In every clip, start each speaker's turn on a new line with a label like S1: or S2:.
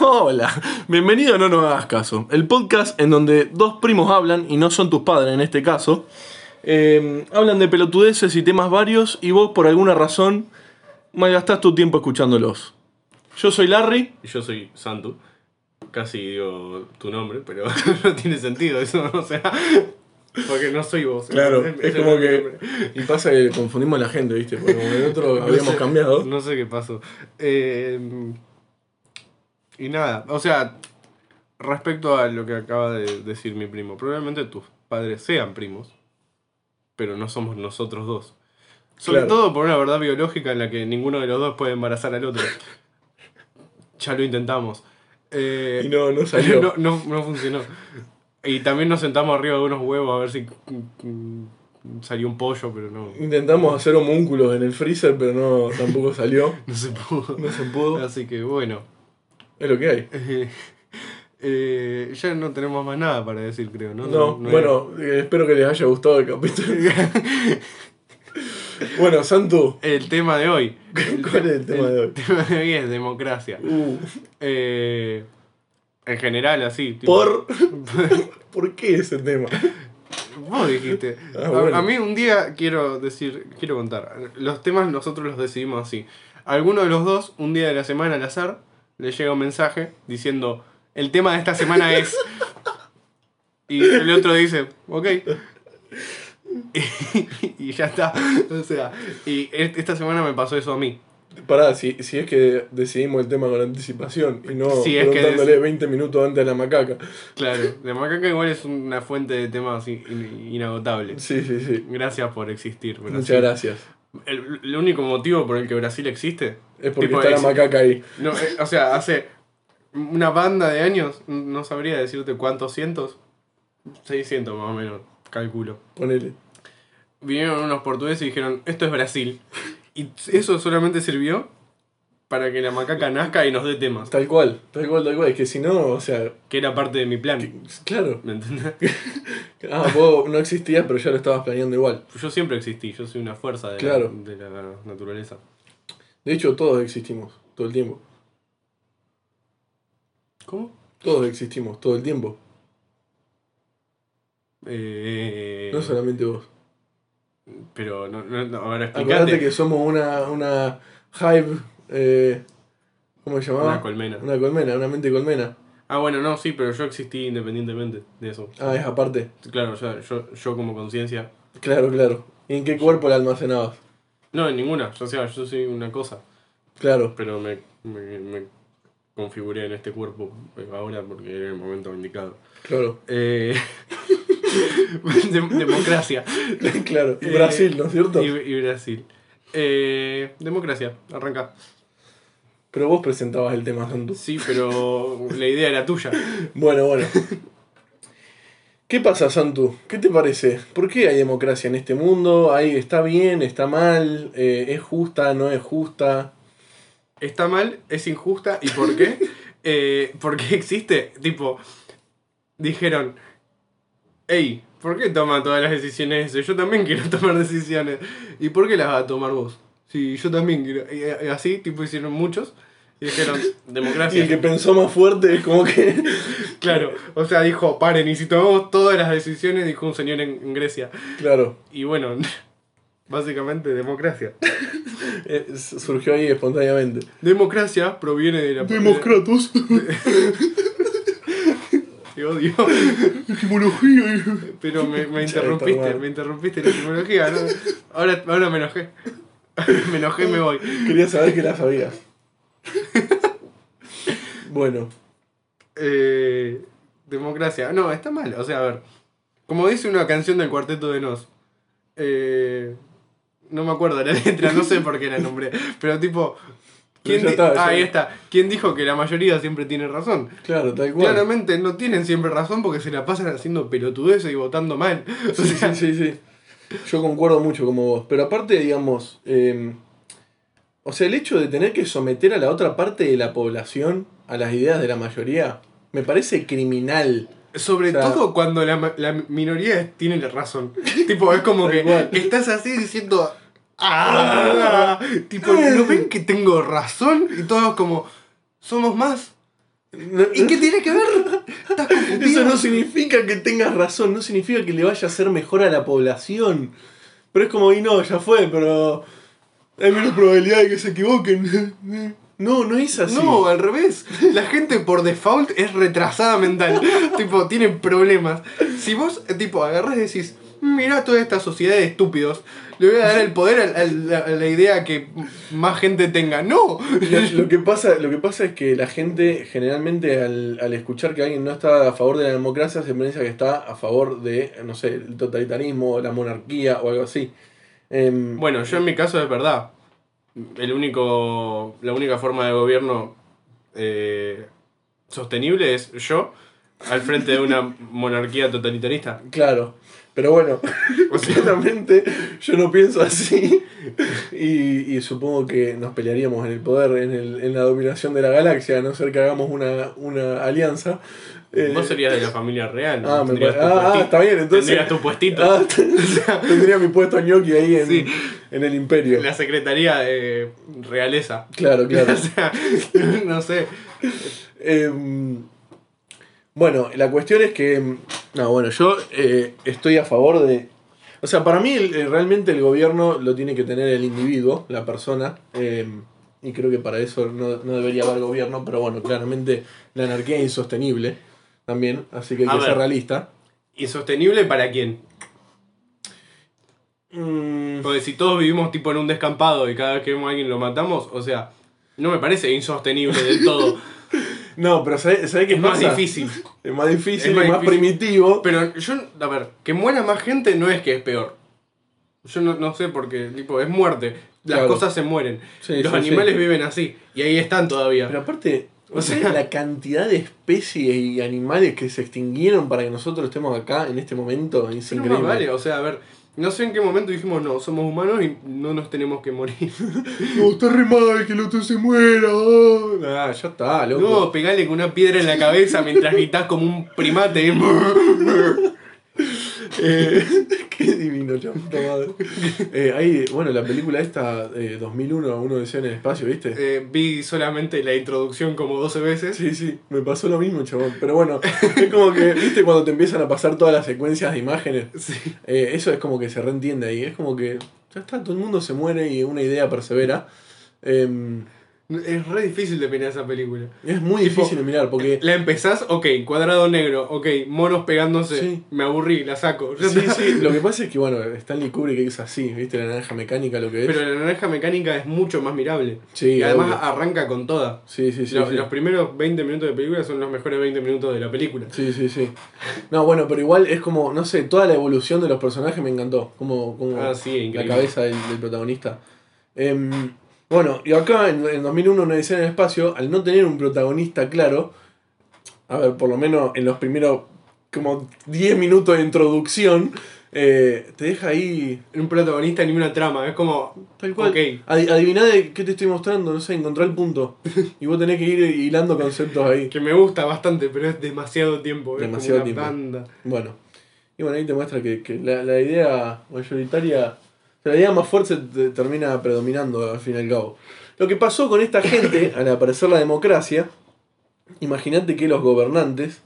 S1: Hola, bienvenido a No nos hagas caso, el podcast en donde dos primos hablan, y no son tus padres en este caso, eh, hablan de pelotudeces y temas varios y vos por alguna razón malgastás tu tiempo escuchándolos. Yo soy Larry,
S2: Y Yo soy Santu. Casi digo tu nombre, pero no tiene sentido eso, o sea. Porque no soy vos.
S1: Claro,
S2: Ese
S1: es
S2: no
S1: como
S2: mi
S1: que.
S2: nombre.
S1: Y pasa que confundimos a la gente, ¿viste? Porque como el otro habíamos
S2: sé-
S1: cambiado.
S2: No sé qué pasó. Eh, y nada, o sea, respecto a lo que acaba de decir mi primo, probablemente tus padres sean primos, pero no somos nosotros dos. Sobre
S1: Claro.
S2: todo por una verdad biológica en la que ninguno de los dos puede embarazar al otro. ya lo intentamos. Eh,
S1: Y no, no salió.
S2: no, no, no funcionó. Y también nos sentamos arriba de unos huevos a ver si mm, salió un pollo, pero no,
S1: Intentamos hacer homúnculos en el freezer, pero no tampoco salió.
S2: no se pudo.
S1: No se pudo.
S2: Así que bueno,
S1: Es lo que hay.
S2: eh, eh, ya no tenemos más nada para decir, creo, ¿no?
S1: No,
S2: hay-
S1: bueno, eh, espero que les haya gustado el capítulo. bueno, Santu,
S2: El tema de hoy.
S1: ¿cuál es el tema de hoy?
S2: tema de hoy es democracia.
S1: Uh,
S2: Eh, en general, así. tipo-
S1: ¿Por? ¿Por qué ese tema?
S2: Vos dijiste.
S1: Ah,
S2: A-
S1: bueno.
S2: a, mí un día quiero decir, quiero contar. Los temas nosotros los decidimos así. Alguno de los dos, un día de la semana al azar, le llega un mensaje diciendo, el tema de esta semana es... Y el otro dice, ok. Y, y ya está. O sea, y est- esta semana me pasó eso a mí.
S1: Pará, si, si es que decidimos el tema con anticipación y no
S2: Si es que
S1: preguntándole
S2: deci-
S1: 20 minutos antes a la macaca.
S2: Claro, de macaca igual es una fuente de temas in- in- inagotable.
S1: Sí, sí, sí.
S2: Gracias por existir. Brasil.
S1: Muchas gracias.
S2: El, el único motivo por el que Brasil existe
S1: Es porque
S2: Tipo,
S1: está
S2: es-
S1: la macaca ahí.
S2: No, eh, o sea, hace una banda de años, n- no sabría decirte cuántos cientos, 600 más o menos, calculo.
S1: Ponele.
S2: Vinieron unos portugueses y dijeron, esto es Brasil. Y eso solamente sirvió para que la macaca nazca y nos dé temas,
S1: Tal cual, tal cual, tal cual. Es que si no, o sea,
S2: que era parte de mi plan.
S1: claro.
S2: ¿Me entendés?
S1: Ah, vos no existías, pero ya lo estabas planeando igual.
S2: Yo siempre existí, yo soy una fuerza de,
S1: Claro.
S2: la, de la naturaleza.
S1: De hecho, todos existimos, todo el tiempo.
S2: ¿Cómo?
S1: Todos existimos, todo el tiempo.
S2: Eh,
S1: No solamente vos.
S2: pero, no, no, no, a ver,
S1: Acordate
S2: explicate.
S1: que somos una, una hive. Eh, ¿Cómo se llamaba?
S2: Una colmena.
S1: Una colmena, una mente colmena.
S2: Ah, bueno, no, sí, pero yo existí independientemente de eso.
S1: Ah, es aparte.
S2: Claro, yo, yo, yo como conciencia.
S1: Claro, claro. ¿Y en qué cuerpo la almacenabas?
S2: No, en ninguna. O sea, yo soy una cosa.
S1: Claro.
S2: Pero me, me, me configuré en este cuerpo eh, ahora porque era el momento indicado.
S1: Claro,
S2: Eh, dem- democracia.
S1: claro. Y
S2: Eh,
S1: Brasil, ¿no es cierto?
S2: Y, y Brasil. Eh, democracia, arranca.
S1: Pero vos presentabas el tema, Santos.
S2: Sí, pero la idea era tuya.
S1: Bueno, bueno. ¿Qué pasa, Santu? ¿Qué te parece? ¿Por qué hay democracia en este mundo? ¿Hay, ¿Está bien? ¿Está mal? Eh, ¿Es justa? ¿No es justa?
S2: Está mal, es injusta. ¿Y por qué? Eh, porque existe, tipo, dijeron, hey, ¿por qué toma todas las decisiones ese? Yo también quiero tomar decisiones. ¿Y por qué las vas a tomar vos? Sí, yo también quiero. Y, y así, tipo, hicieron muchos. Y dijeron,
S1: Y el
S2: democracia.
S1: que pensó más fuerte es como que.
S2: Claro, o sea, dijo, paren, y si tomamos todas las decisiones, dijo un señor en, en Grecia.
S1: Claro,
S2: Y bueno, básicamente democracia.
S1: eh, s- surgió ahí espontáneamente.
S2: Democracia proviene de la...
S1: Demócratas,
S2: Te odio.
S1: etimología.
S2: Pero me,
S1: Chau,
S2: me
S1: está
S2: interrumpiste,
S1: mal.
S2: me interrumpiste la etimología, ¿no? Ahora, ahora me enojé. Me enojé y me voy.
S1: Quería saber que la sabías. Bueno,
S2: Eh, democracia. No, está mal. O sea, a ver. Como dice una canción del cuarteto de Nos. eh, no me acuerdo la letra, no sé por qué la nombré. Pero tipo. ¿quién
S1: ya
S2: di- Ah,
S1: está, ya-
S2: ahí está. ¿Quién dijo que la mayoría siempre tiene razón?
S1: claro, tal cual.
S2: Claramente no tienen siempre razón porque se la pasan haciendo pelotudeces y votando mal. O
S1: Sí,
S2: sea,
S1: sí, sí, sí. Yo concuerdo mucho como vos. Pero aparte, digamos, eh, o sea, el hecho de tener que someter a la otra parte de la población a las ideas de la mayoría, me parece criminal.
S2: Sobre
S1: O sea-
S2: todo cuando la, ma- la minoría tiene la razón. tipo, es como
S1: Tal
S2: que
S1: cual. Ah.
S2: estás así diciendo.
S1: Eh.
S2: "Ah", tipo, ¿no ven que tengo razón? Y todos como. Somos más. ¿Y qué tiene que ver? ¿Estás confundido?
S1: Eso no significa que tengas razón, no significa que le vaya a hacer mejor a la población. Pero es como, y no, ya fue, pero hay menos probabilidad de que se equivoquen. No, no es así.
S2: No, al revés. La gente por default es retrasada mental. tipo, tienen problemas. Si vos, eh, tipo, agarras y decís, mira toda esta sociedad de estúpidos, le voy a dar el poder al- al- a, la idea que más gente tenga. No.
S1: Lo, lo que pasa, lo que pasa es que la gente generalmente al, al escuchar que alguien no está a favor de la democracia se piensa que está a favor de, no sé, el totalitarismo, la monarquía o algo así. Em,
S2: Bueno, yo en mi caso es verdad. El único, la única forma de gobierno eh, sostenible es yo al frente de una monarquía totalitarista.
S1: Claro, pero bueno,
S2: O sea-
S1: claramente yo no pienso así y, y supongo que nos pelearíamos en el poder, en, el- en la dominación de la galaxia, a no ser que hagamos una, una alianza. Eh,
S2: Vos serías de la familia real.
S1: Ah, me
S2: tendrías
S1: pare-
S2: tu
S1: ah, ah,
S2: puestito.
S1: está bien, entonces-
S2: Tendrías tu puestito.
S1: ah, tendría mi puesto ñoqui ahí en,
S2: Sí.
S1: en el imperio.
S2: La secretaría de realeza.
S1: Claro, claro.
S2: O sea, no sé.
S1: Em, bueno, la cuestión es que. em, No, bueno, yo eh, estoy a favor de. O sea, para mí el- el- realmente el gobierno lo tiene que tener el individuo, la persona. em, y creo que para eso no, no debería haber gobierno, pero bueno, claramente la anarquía es insostenible también, así que hay
S2: A
S1: que
S2: ver.
S1: ser realista.
S2: ¿Insostenible para quién?
S1: Mm,
S2: Porque si todos vivimos tipo en un descampado y cada vez que vemos a alguien lo matamos, o sea, no me parece insostenible del todo.
S1: no, pero ¿sabes qué
S2: es más
S1: pasa?
S2: difícil.
S1: Es más difícil,
S2: Es más
S1: y más
S2: difícil.
S1: primitivo.
S2: Pero yo, a ver, que muera más gente no es que es peor. Yo no, no sé porque, tipo, es muerte. Las
S1: Claro.
S2: cosas se mueren.
S1: Sí,
S2: Los
S1: sí,
S2: animales
S1: sí.
S2: viven así. Y ahí están todavía.
S1: Pero aparte,
S2: O
S1: o
S2: sea-
S1: sea, la cantidad de especies y animales que se extinguieron para que nosotros estemos acá en este momento es
S2: Pero más
S1: increíble.
S2: vale, o sea, a ver, no sé en qué momento dijimos no, somos humanos y no nos tenemos que morir.
S1: No, está re mal que el otro se muera. Ah, ya está,
S2: No,
S1: loco.
S2: pegale con una piedra en la cabeza mientras gritás como un primate.
S1: Eh, qué divino, la puta madre. Eh, hay, bueno, la película esta, eh, 2001, uno desea en el espacio, ¿viste?
S2: Eh, vi solamente la introducción como 12 veces.
S1: Sí, sí, me pasó lo mismo, chabón. Pero bueno, es como que, ¿viste? Cuando te empiezan a pasar todas las secuencias de imágenes.
S2: Sí.
S1: Eh, eso es como que se reentiende ahí. Es como que ya está, todo el mundo se muere y una idea persevera. Em,
S2: Es re difícil de pelear esa película.
S1: es muy
S2: Tipo,
S1: difícil de mirar porque.
S2: La empezás, ok, cuadrado negro, ok, monos pegándose.
S1: Sí.
S2: Me aburrí, la saco. Ya
S1: Sí,
S2: está.
S1: sí, lo que pasa es que, bueno, Stanley Kubrick es así, ¿viste? La naranja mecánica, lo que es.
S2: Pero la naranja mecánica es mucho más mirable.
S1: Sí,
S2: y además ah,
S1: obvio.
S2: arranca con toda.
S1: sí, sí, sí.
S2: los,
S1: sí.
S2: los primeros 20 minutos de película son los mejores 20 minutos de la película.
S1: Sí, sí, sí. No, bueno, pero igual es como, no sé, toda la evolución de los personajes me encantó. Como, como
S2: Ah, sí,
S1: la
S2: increíble.
S1: cabeza del, del protagonista. Em, bueno, y acá en, en 2001 una edición en el espacio, al no tener un protagonista claro, a ver, por lo menos en los primeros como 10 minutos de introducción, eh, te deja ahí
S2: Un protagonista ni una trama, es como.
S1: tal cual.
S2: Ok.
S1: Adi- adiviná de qué te estoy mostrando, no sé, encontrá el punto. y vos tenés que ir hilando conceptos ahí.
S2: Que me gusta bastante, pero es demasiado tiempo. Es
S1: Demasiado
S2: como una
S1: tiempo.
S2: banda.
S1: Bueno, y bueno, ahí te muestra que, que la, la idea mayoritaria, o sea, la idea más fuerte te- termina predominando al fin y al cabo. Lo que pasó con esta gente al aparecer la democracia, imagínate que los gobernantes,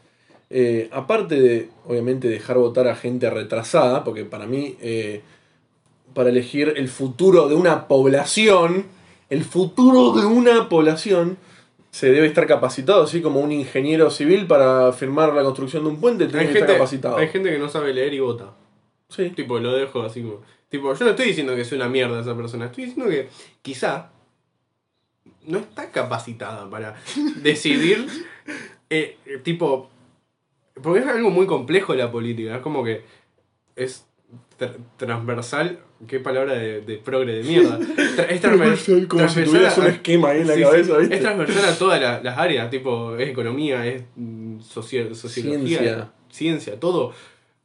S1: eh, aparte de, obviamente, dejar votar a gente retrasada, porque para mí, eh, para elegir el futuro de una población, el futuro de una población, se debe estar capacitado, así como un ingeniero civil para firmar la construcción de un puente, tiene
S2: Hay
S1: que estar
S2: gente,
S1: capacitado.
S2: hay gente que no sabe leer y vota.
S1: Sí.
S2: Tipo, lo dejo así como. Tipo, yo no estoy diciendo que sea una mierda esa persona, estoy diciendo que quizá no está capacitada para decidir. eh, eh, tipo. Porque es algo muy complejo la política, es como que es tr- transversal. ¿Qué palabra de, de progre de mierda? Tra- Es transver-
S1: Como si tuvieras
S2: transversal
S1: un
S2: a-
S1: esquema ahí en la
S2: Sí,
S1: cabeza,
S2: sí.
S1: ¿viste?
S2: Es transversal a todas la- las áreas, tipo, es economía, es mm, socio- sociología, ciencia.
S1: Ciencia.
S2: todo.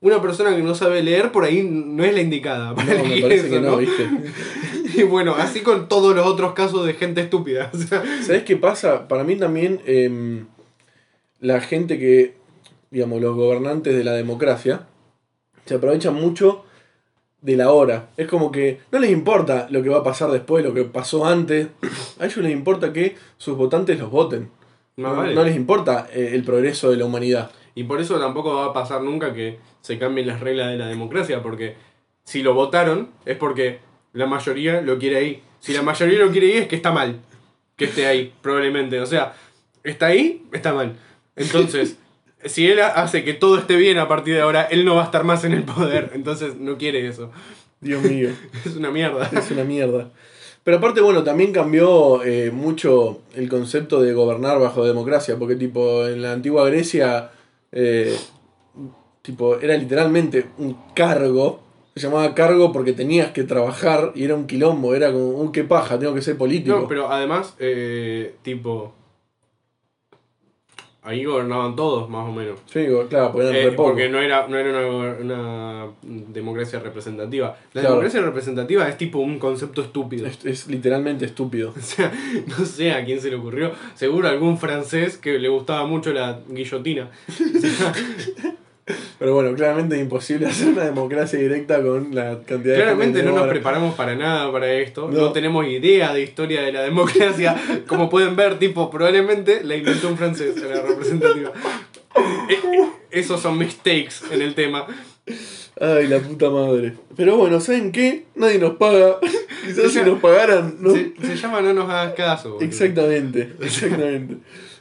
S2: Una persona que no sabe leer por ahí no es la indicada. para
S1: No, me
S2: elegir
S1: parece que
S2: eso,
S1: no,
S2: ¿no?
S1: ¿viste?
S2: Y bueno, así con todos los otros casos de gente estúpida. o sea,
S1: ¿Sabes qué pasa? Para mí también em, la gente que, digamos, los gobernantes de la democracia, se aprovechan mucho de la hora. Es como que no les importa lo que va a pasar después, lo que pasó antes. A ellos les importa que sus votantes los voten.
S2: Más
S1: no,
S2: vale.
S1: no les importa eh, el progreso de la humanidad.
S2: Y por eso tampoco va a pasar nunca que se cambien las reglas de la democracia, porque si lo votaron es porque la mayoría lo quiere ahí. Si la mayoría lo quiere ahí es que está mal que esté ahí, probablemente. O sea, está ahí, está mal. Entonces, si él ha- hace que todo esté bien a partir de ahora, él no va a estar más en el poder. Entonces, no quiere eso.
S1: Dios mío.
S2: Es una mierda.
S1: Es una mierda. Pero aparte, bueno, también cambió eh, mucho el concepto de gobernar bajo democracia, porque tipo, en la antigua Grecia, eh, tipo, era literalmente un cargo, se llamaba cargo porque tenías que trabajar y era un quilombo, era como, un qué paja, tengo que ser político.
S2: No, pero además, eh, tipo. Ahí gobernaban todos, más o menos.
S1: Yo digo, claro, porque eran
S2: Eh,
S1: re poco.
S2: porque no era, no era una, una democracia representativa. La
S1: Claro.
S2: democracia representativa es tipo un concepto estúpido.
S1: Es, es literalmente estúpido.
S2: O sea, no sé a quién se le ocurrió. Seguro algún francés que le gustaba mucho la guillotina.
S1: Pero bueno, claramente es imposible hacer una democracia directa con la cantidad de
S2: Claramente
S1: gente que
S2: no nos
S1: ahora.
S2: preparamos para nada para esto. No.
S1: No.
S2: tenemos idea de historia de la democracia. Como pueden ver, tipo, probablemente la inventó un francés a la representativa. Eh, eh, Esos son mistakes en el tema.
S1: Ay, la puta madre. Pero bueno, ¿saben qué? Nadie nos paga. Quizás si
S2: Ya.
S1: nos pagaran, no.
S2: Se, se llama no nos hagas caso. boludo.
S1: Exactamente, exactamente.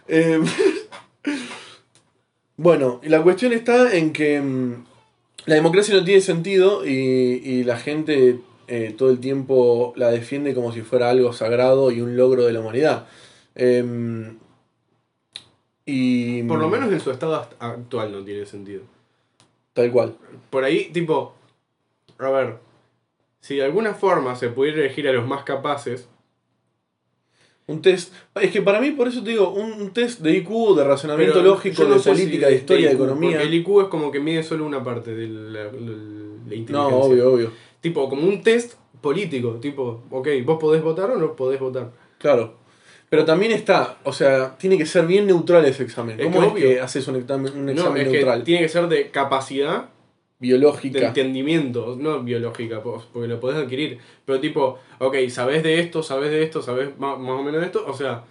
S1: Em, bueno, y la cuestión está en que mm, la democracia no tiene sentido y, y la gente eh, todo el tiempo la defiende como si fuera algo sagrado y un logro de la humanidad. Em, y
S2: Por lo menos en su estado act- actual no tiene sentido.
S1: Tal cual.
S2: Por ahí, tipo, a ver, si de alguna forma se pudiera elegir a los más capaces,
S1: Un test. Es que para mí, por eso te digo, un un test de IQ, de razonamiento
S2: Pero
S1: lógico,
S2: yo no
S1: de
S2: sé si
S1: política, de historia, de
S2: IQ,
S1: economía.
S2: Porque el IQ es como que mide solo una parte de la, la- la
S1: No,
S2: inteligencia.
S1: obvio, obvio.
S2: Tipo, como un test político. Tipo, ok, vos podés votar o no podés votar.
S1: Claro. Pero también está, o sea, tiene que ser bien neutral ese examen.
S2: Es
S1: ¿Cómo
S2: que
S1: es
S2: obvio.
S1: que haces un examen, un
S2: No,
S1: examen
S2: es
S1: neutral?
S2: que tiene que ser de capacidad, de
S1: Biológica.
S2: entendimiento, no biológica, po- porque lo podés adquirir. Pero tipo, ok, sabés de esto, sabés de esto, sabés ma- más o menos de esto. O sea,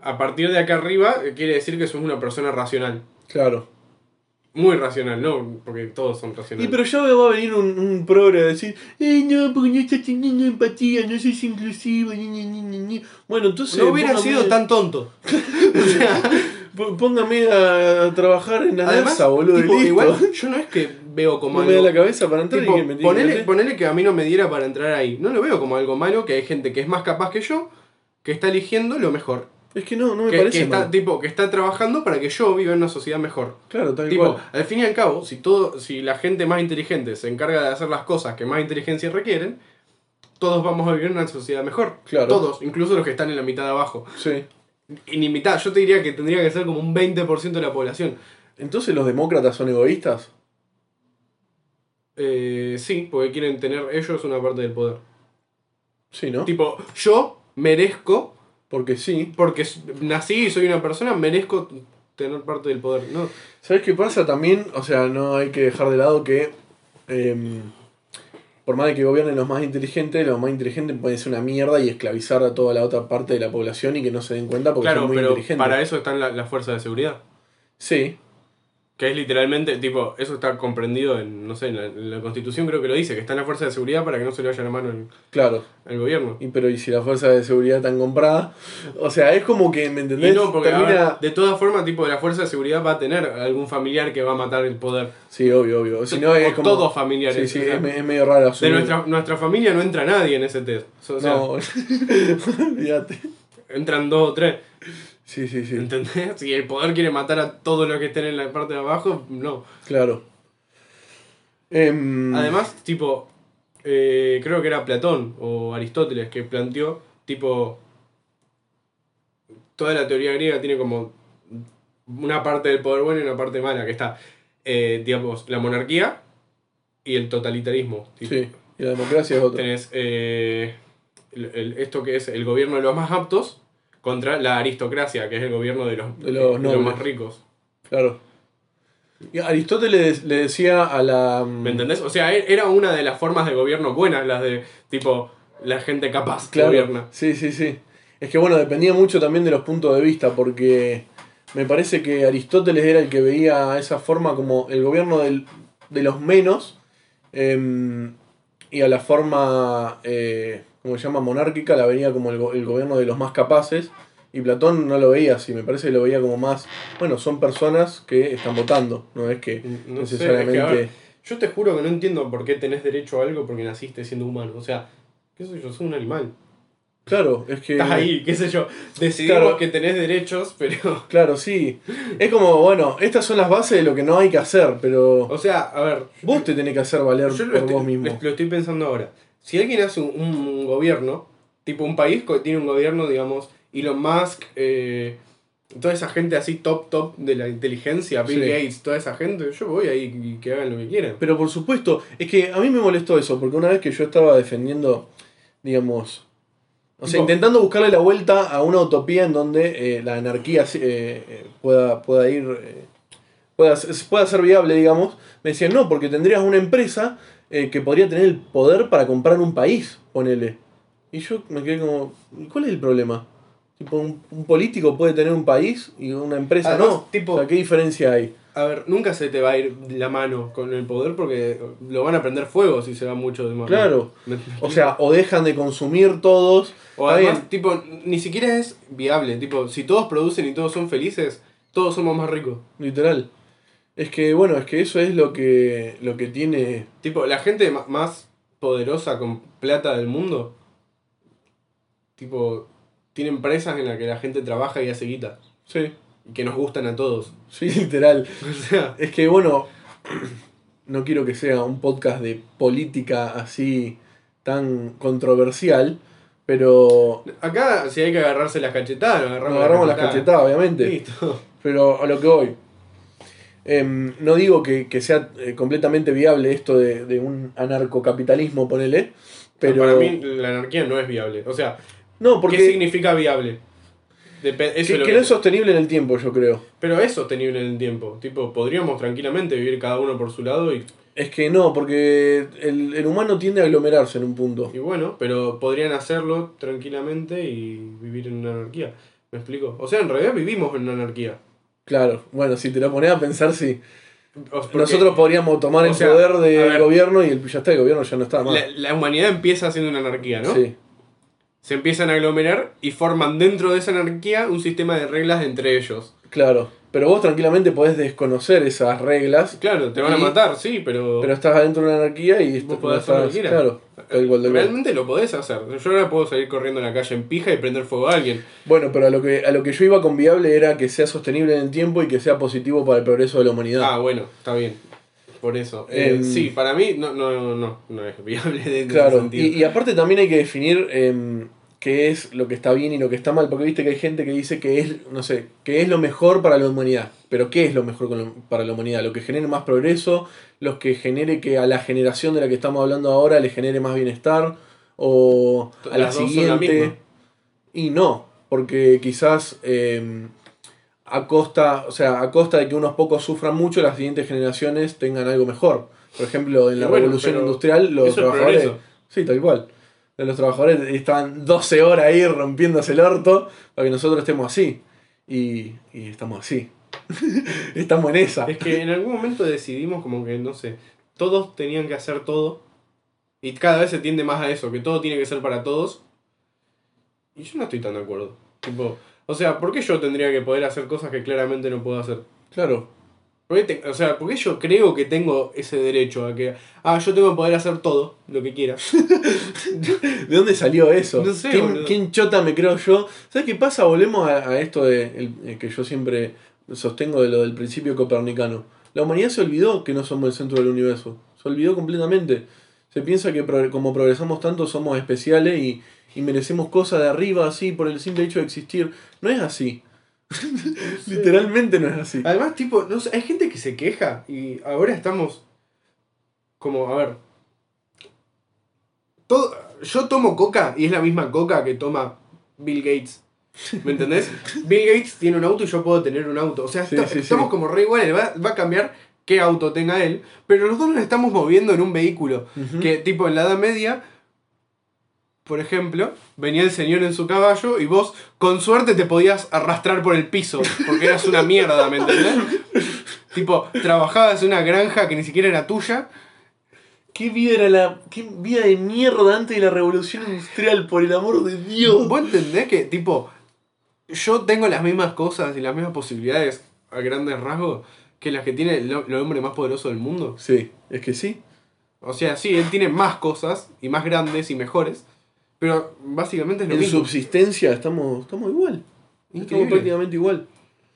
S2: a partir de acá arriba eh, quiere decir que sos una persona racional.
S1: Claro.
S2: Muy racional, ¿no? Porque todos son racionales.
S1: Y pero ya va a venir un, un progre a decir, eh, no, porque no estás teniendo empatía, no sos inclusivo, ni, ni, ni, ni, ni". Bueno, entonces.
S2: no hubiera
S1: póngame-
S2: sido tan tonto.
S1: p- Póngame a trabajar en la
S2: Además,
S1: NASA, boludo. y
S2: tipo,
S1: listo.
S2: igual yo no es que veo como
S1: No me da la
S2: algo.
S1: cabeza para entrar
S2: Tipo,
S1: y que me tiene que
S2: ponele,
S1: meter.
S2: ponele que a mí no me diera para entrar ahí. No lo veo como algo malo, que hay gente que es más capaz que yo, que está eligiendo lo mejor.
S1: Es que no, no me
S2: Que,
S1: parece
S2: que está,
S1: mal.
S2: tipo, que está trabajando para que yo viva en una sociedad mejor.
S1: Claro, tal
S2: Tipo,
S1: cual.
S2: al fin y al cabo, si todo, si la gente más inteligente se encarga de hacer las cosas que más inteligencia requieren, todos vamos a vivir en una sociedad mejor.
S1: Claro.
S2: Todos, incluso los que están en la mitad de abajo.
S1: Sí.
S2: Y ni mitad, yo te diría que tendría que ser como un 20% de la población.
S1: Entonces los demócratas son egoístas.
S2: Eh, sí, porque quieren tener ellos una parte del poder.
S1: Sí, ¿no?
S2: Tipo, yo merezco,
S1: Porque sí.
S2: porque s- nací y soy una persona, merezco tener parte del poder. No,
S1: ¿Sabes qué pasa también? O sea, no hay que dejar de lado que em, por más de que gobiernen los más inteligentes, los más inteligentes pueden ser una mierda y esclavizar a toda la otra parte de la población y que no se den cuenta porque
S2: claro,
S1: son muy
S2: pero
S1: inteligentes.
S2: para eso están la- las fuerzas de seguridad.
S1: Sí,
S2: Que es literalmente, tipo, eso está comprendido en, no sé, en la, en la constitución creo que lo dice, que están las fuerzas de seguridad para que no se le vaya la mano al,
S1: claro.
S2: al gobierno.
S1: Y pero y si las fuerzas de seguridad están compradas, o sea, es como que, ¿me
S2: Y
S1: entendés?
S2: no, porque a ver,
S1: Termina-
S2: de todas formas, tipo, la fuerza de seguridad va a tener algún familiar que va a matar el poder.
S1: Sí, obvio, obvio. Si no
S2: O
S1: es como
S2: todos familiares.
S1: Sí, sí,
S2: o sea,
S1: es, me- es medio raro
S2: de
S1: asumir.
S2: nuestra, nuestra familia no entra nadie en ese test. O sea,
S1: No, olvídate.
S2: entran dos o tres.
S1: Sí, sí, sí.
S2: ¿Entendés? Si el poder quiere matar a todos los que estén en la parte de abajo, no.
S1: Claro. Em,
S2: Además, tipo, eh, creo que era Platón o Aristóteles que planteó, tipo, toda la teoría griega tiene como una parte del poder bueno y una parte mala, que está, eh, digamos, la monarquía y el totalitarismo. Tipo,
S1: Sí, y la democracia es otra.
S2: Tenés eh, el- el- esto que es el gobierno de los más aptos contra la aristocracia, que es el gobierno de los,
S1: De los nobles.
S2: más ricos.
S1: Claro. Y Aristóteles le decía a la. mm,
S2: ¿Me entendés? O sea, e- era una de las formas de gobierno buenas, las de tipo la gente capaz que
S1: Claro.
S2: gobierna.
S1: Sí, sí, sí. Es que bueno, dependía mucho también de los puntos de vista, porque me parece que Aristóteles era el que veía esa forma como el gobierno del- de los menos em, y a la forma, eh, como se llama, monárquica, la veía como el, go- el gobierno de los más capaces. Y Platón no lo veía así, me parece que lo veía como más, bueno, son personas que están votando, no es que
S2: No sé, es que, a ver,
S1: necesariamente...
S2: Yo te juro que no entiendo por qué tenés derecho a algo porque naciste siendo humano. O sea, qué sé yo, soy un animal.
S1: Claro, es que...
S2: Estás ahí, qué sé yo. Decidimos
S1: Claro.
S2: que tenés derechos, pero.
S1: Claro, sí. Es como, bueno, estas son las bases de lo que no hay que hacer, pero
S2: O sea, a ver,
S1: vos te tenés que hacer valer
S2: yo
S1: por
S2: lo estoy,
S1: vos mismo.
S2: lo estoy pensando ahora. Si alguien hace un, un gobierno, tipo un país que tiene un gobierno, digamos, Elon Musk, eh, toda esa gente así top, top de la inteligencia, Bill
S1: Sí.
S2: Gates, toda esa gente, yo voy ahí y que hagan lo que quieran.
S1: Pero por supuesto, es que a mí me molestó eso, porque una vez que yo estaba defendiendo, digamos, o sea,
S2: Tipo-
S1: intentando buscarle la vuelta a una utopía en donde eh, la anarquía sí, eh, eh, pueda, pueda ir, eh, pueda, s- pueda ser viable, digamos, me decían, no, porque tendrías una empresa eh, que podría tener el poder para comprar un país, ponele. Y yo me quedé como, ¿y ¿cuál es el problema? Tipo, un, un político puede tener un país y una empresa
S2: Además,
S1: no.
S2: tipo-
S1: o sea, ¿qué diferencia hay?
S2: A ver, nunca se te va a ir la mano con el poder porque lo van a prender fuego si se va mucho de mano.
S1: Claro.
S2: Me-
S1: O sea, o dejan de consumir todos.
S2: O
S1: Está
S2: además,
S1: bien.
S2: tipo, ni siquiera es viable. Tipo, si todos producen y todos son felices, todos somos más ricos.
S1: Literal. Es que, bueno, es que eso es lo que, lo que tiene.
S2: Tipo, la gente ma- más poderosa con plata del mundo, tipo, tiene empresas en las que la gente trabaja y hace guita.
S1: Sí,
S2: Y que nos gustan a todos.
S1: sí, literal.
S2: O sea,
S1: Es que, bueno, no quiero que sea un podcast de política así tan controversial, pero
S2: acá si hay que agarrarse las cachetadas, nos agarramos,
S1: nos agarramos las cachetadas, obviamente.
S2: Listo.
S1: Pero a lo que voy. Em, no digo que, que sea eh, completamente viable esto de, de un anarcocapitalismo, ponele. Pero.
S2: Para mí la anarquía no es viable. O sea,
S1: no, porque.
S2: ¿Qué significa viable? Depe- eso es
S1: que,
S2: lo
S1: que
S2: que-
S1: no es sostenible en el tiempo, yo creo.
S2: Pero es sostenible en el tiempo. Tipo, podríamos tranquilamente vivir cada uno por su lado y,
S1: Es que no, porque el, el humano tiende a aglomerarse en un punto.
S2: y bueno, pero podrían hacerlo tranquilamente y vivir en una anarquía. ¿Me explico? O sea, en realidad vivimos en una anarquía.
S1: Claro, bueno, si te lo pones a pensar, sí.
S2: O- porque
S1: Nosotros podríamos tomar
S2: o
S1: el
S2: sea,
S1: poder
S2: a
S1: del
S2: ver.
S1: gobierno y el, ya está, el gobierno ya no está más.
S2: la, la humanidad empieza siendo una anarquía, ¿no?
S1: Sí,
S2: Se empiezan a aglomerar y forman dentro de esa anarquía un sistema de reglas entre ellos.
S1: claro. Pero vos tranquilamente podés desconocer esas reglas,
S2: Claro, te van a
S1: Y-
S2: matar, sí, pero...
S1: pero estás adentro de una anarquía y
S2: Vos
S1: est-
S2: podés hacer lo que quieras.
S1: Claro, tal cual, tal cual.
S2: Realmente lo podés hacer. Yo ahora puedo salir corriendo en la calle en pija y prender fuego a alguien.
S1: Bueno, pero a lo, que, a lo que yo iba con viable era que sea sostenible en el tiempo y que sea positivo para el progreso de la humanidad.
S2: Ah, bueno, está bien. Por eso. Eh,
S1: Em,
S2: sí, para mí no, no, no, no es viable de ese
S1: Claro,
S2: sentido.
S1: y, y aparte también hay que definir em, qué es lo que está bien y lo que está mal, porque viste que hay gente que dice que es, no sé, que es lo mejor para la humanidad, pero ¿qué es lo mejor con la- para la humanidad? Lo que genere más progreso, lo que genere que a la generación de la que estamos hablando ahora le genere más bienestar, o a la
S2: Las dos son la
S1: siguiente.
S2: misma.
S1: y no, porque quizás em, a costa, o sea, a costa de que unos pocos sufran mucho, las siguientes generaciones tengan algo mejor. Por ejemplo, en
S2: Y
S1: la
S2: bueno,
S1: revolución
S2: pero
S1: industrial los
S2: eso es
S1: trabajadores.
S2: progreso.
S1: sí, tal cual. Los trabajadores estaban 12 horas ahí rompiéndose el orto para que nosotros estemos así. Y, y estamos así. estamos en esa.
S2: Es que en algún momento decidimos como que, no sé, todos tenían que hacer todo. Y cada vez se tiende más a eso, que todo tiene que ser para todos. Y yo no estoy tan de acuerdo. Tipo, o sea, ¿por qué yo tendría que poder hacer cosas que claramente no puedo hacer?
S1: Claro.
S2: ¿Por qué te- o sea, porque yo creo que tengo ese derecho a que, ah, yo tengo que poder hacer todo, lo que quiera.
S1: ¿De dónde salió eso?
S2: No sé, boludo.
S1: ¿Quién, quién chota me creo yo? ¿Sabes qué pasa? Volvemos a, a esto de, el- eh, que yo siempre sostengo de lo del principio copernicano. La humanidad se olvidó que no somos el centro del universo. Se olvidó completamente. Se piensa que pro- como progresamos tanto somos especiales y, y merecemos cosas de arriba así por el simple hecho de existir. No es así. Literalmente no es así.
S2: Además, tipo, no sé, hay gente que se queja y ahora estamos como, a ver. Todo, yo tomo coca y es la misma coca que toma Bill Gates. ¿Me entendés? Bill Gates tiene un auto y yo puedo tener un auto. O sea,
S1: Sí,
S2: esta-
S1: sí, sí.
S2: estamos como re iguales. Va, va a cambiar qué auto tenga él. Pero los dos nos estamos moviendo en un vehículo.
S1: Ujú.
S2: Que tipo en la Edad Media por ejemplo, venía el señor en su caballo y vos con suerte te podías arrastrar por el piso, porque eras una mierda, ¿me entendés? tipo, trabajabas en una granja que ni siquiera era tuya.
S1: ¿Qué vida, era la, ¿Qué vida de mierda antes de la revolución industrial, por el amor de Dios?
S2: Vos entendés que, tipo, yo tengo las mismas cosas y las mismas posibilidades a grandes rasgos que las que tiene el, el hombre más poderoso del mundo.
S1: Sí, es que sí.
S2: O sea, sí, él tiene más cosas y más grandes y mejores, pero básicamente es lo
S1: En
S2: mismo.
S1: subsistencia estamos, estamos igual. Estamos
S2: Increíble.
S1: prácticamente igual.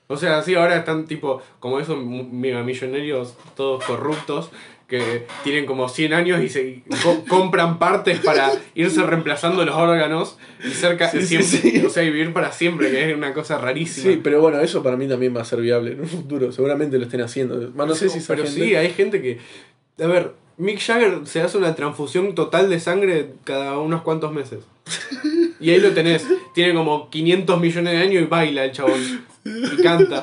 S2: O sea, sí, ahora están tipo como esos mu- megamillonarios todos corruptos que tienen como 100 años y se y co- compran partes para irse reemplazando los órganos y cerca
S1: Sí,
S2: y
S1: sí,
S2: siempre,
S1: sí.
S2: o sea, y vivir para siempre, que es una cosa rarísima.
S1: Sí, pero bueno, eso para mí también va a ser viable en un futuro. Seguramente lo estén haciendo. Bueno, no sé si esa
S2: pero
S1: gente-
S2: sí, hay gente que a ver, Mick Jagger se hace una transfusión total de sangre cada unos cuantos meses. Y ahí lo tenés, tiene como 500 millones de años y baila el chabón. Y canta.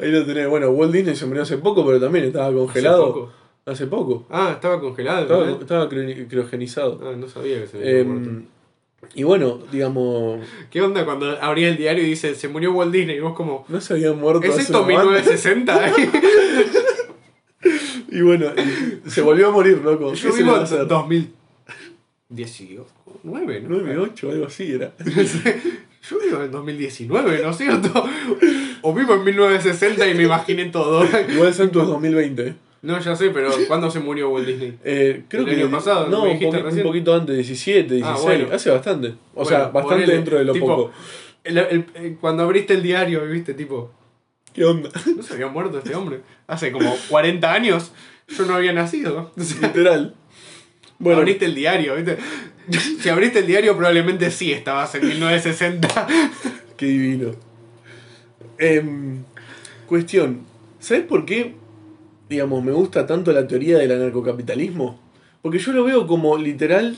S1: Ahí lo tenés. Bueno, Walt Disney se murió hace poco, pero también estaba
S2: eh. Hace
S1: congelado.
S2: poco.
S1: Hace poco.
S2: Ah, estaba congelado.
S1: Estaba,
S2: ¿verdad?
S1: estaba cri- criogenizado.
S2: Ah, no sabía que se había
S1: Em,
S2: muerto.
S1: y bueno, digamos,
S2: ¿Qué onda cuando abrí el diario y dice se murió Walt Disney? Y vos como,
S1: no se había muerto
S2: ¿es
S1: hace
S2: esto
S1: una banda.
S2: 1960?
S1: Y bueno, y se volvió a morir, loco. ¿Qué
S2: Yo
S1: se le
S2: vivo
S1: va a hacer?
S2: en 2019, ¿no?
S1: 9, 8, algo así era.
S2: Yo vivo en 2019, ¿no es cierto? O vivo en 1960 y me imaginé todo.
S1: Igual son tus 2020.
S2: No, ya sé, pero ¿cuándo se murió Walt Disney?
S1: Eh, creo
S2: El
S1: que
S2: año pasado,
S1: no, un,
S2: me dijiste
S1: poqui- un
S2: recién.
S1: poquito antes, 17, 16,
S2: Ah, bueno.
S1: hace bastante. O sea,
S2: Bueno,
S1: bastante
S2: ponele,
S1: dentro de lo
S2: tipo,
S1: poco.
S2: El- el- eh, cuando abriste el diario, viste, tipo,
S1: ¿Qué onda?
S2: no se había muerto este hombre. Hace como 40 años yo no había nacido. O sea,
S1: Literal. Bueno,
S2: Abriste el diario, ¿viste? Si abriste el diario, probablemente sí estabas en 1960.
S1: qué divino. Em, cuestión, ¿sabes por qué, digamos, me gusta tanto la teoría del anarcocapitalismo? Porque yo lo veo como literal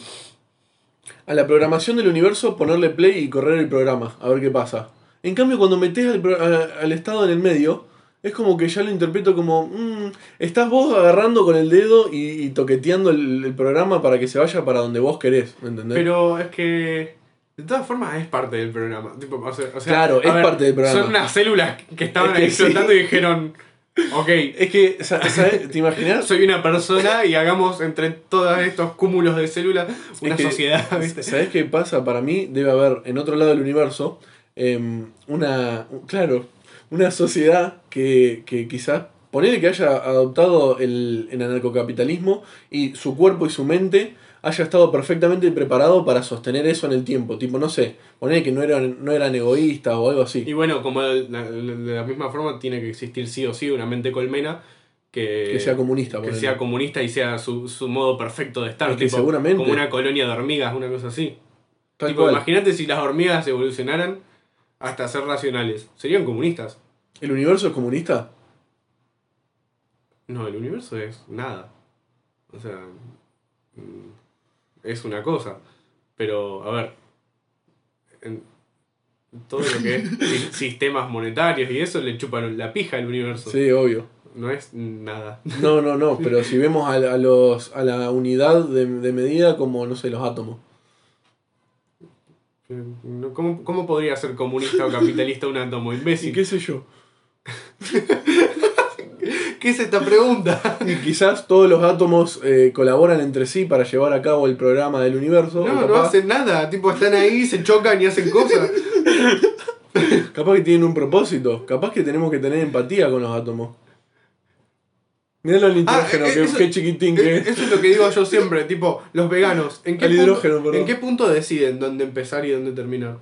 S1: a la programación del universo ponerle play y correr el programa, a ver qué pasa. En cambio, cuando metes al, pro- a- al Estado en el medio, es como que ya lo interpreto como, mm, estás vos agarrando con el dedo y, y toqueteando el, el programa para que se vaya para donde vos querés, ¿me entendés?
S2: Pero es que. De todas formas, es parte del programa. Tipo, o sea- o sea,
S1: Claro,
S2: a
S1: es parte del programa.
S2: Son unas células que estaban
S1: Es que sí.
S2: explotando y dijeron: Ok,
S1: es que, sa- ¿sabes? ¿te imaginas?
S2: soy una persona y hagamos entre todos estos cúmulos de células una
S1: que-
S2: sociedad, ¿viste?
S1: ¿Sabes qué pasa? Para mí debe haber en otro lado del universo em, una, un- claro, una sociedad que, que quizás ponele que haya adoptado el, el anarcocapitalismo y su cuerpo y su mente haya estado perfectamente preparado para sostener eso en el tiempo. Tipo, no sé, ponele que no eran, no eran egoístas o algo así.
S2: Y bueno, como de la, de la misma forma, tiene que existir sí o sí una mente colmena que.
S1: que sea comunista,
S2: eh, que
S1: ponele.
S2: sea comunista y sea su, su modo perfecto de estar,
S1: Es que
S2: tipo,
S1: seguramente.
S2: como una colonia de hormigas, una cosa así.
S1: Tal
S2: Tipo,
S1: cual.
S2: imagínate si las hormigas evolucionaran hasta ser racionales. Serían comunistas.
S1: ¿El universo es comunista?
S2: No, el universo es nada. O sea, mm, es una cosa. Pero, a ver, en todo lo que es si- sistemas monetarios y eso le chupan la pija al universo.
S1: Sí, obvio.
S2: No es nada.
S1: No, no, no, pero si vemos a, a los, a la unidad de, de medida como, no sé, los átomos.
S2: No, ¿Cómo, ¿Cómo podría ser comunista o capitalista un átomo
S1: Sí,
S2: imbécil?
S1: qué sé yo.
S2: ¿Qué es esta pregunta?
S1: Y quizás todos los átomos eh, colaboran entre sí para llevar a cabo el programa del universo. o
S2: No, no
S1: capaz,
S2: hacen nada. Tipo, están ahí, se chocan y hacen cosas. Eh,
S1: capaz que tienen un propósito. Capaz que tenemos que tener empatía con los átomos. Mirá el hidrógeno,
S2: eh,
S1: que-
S2: eso- eh,
S1: qué chiquitín que es.
S2: Eso es lo que digo yo siempre. Tipo, los veganos. ¿En qué,
S1: Al hidrógeno,
S2: punto,
S1: perdón.
S2: ¿en qué punto deciden dónde empezar y dónde terminar?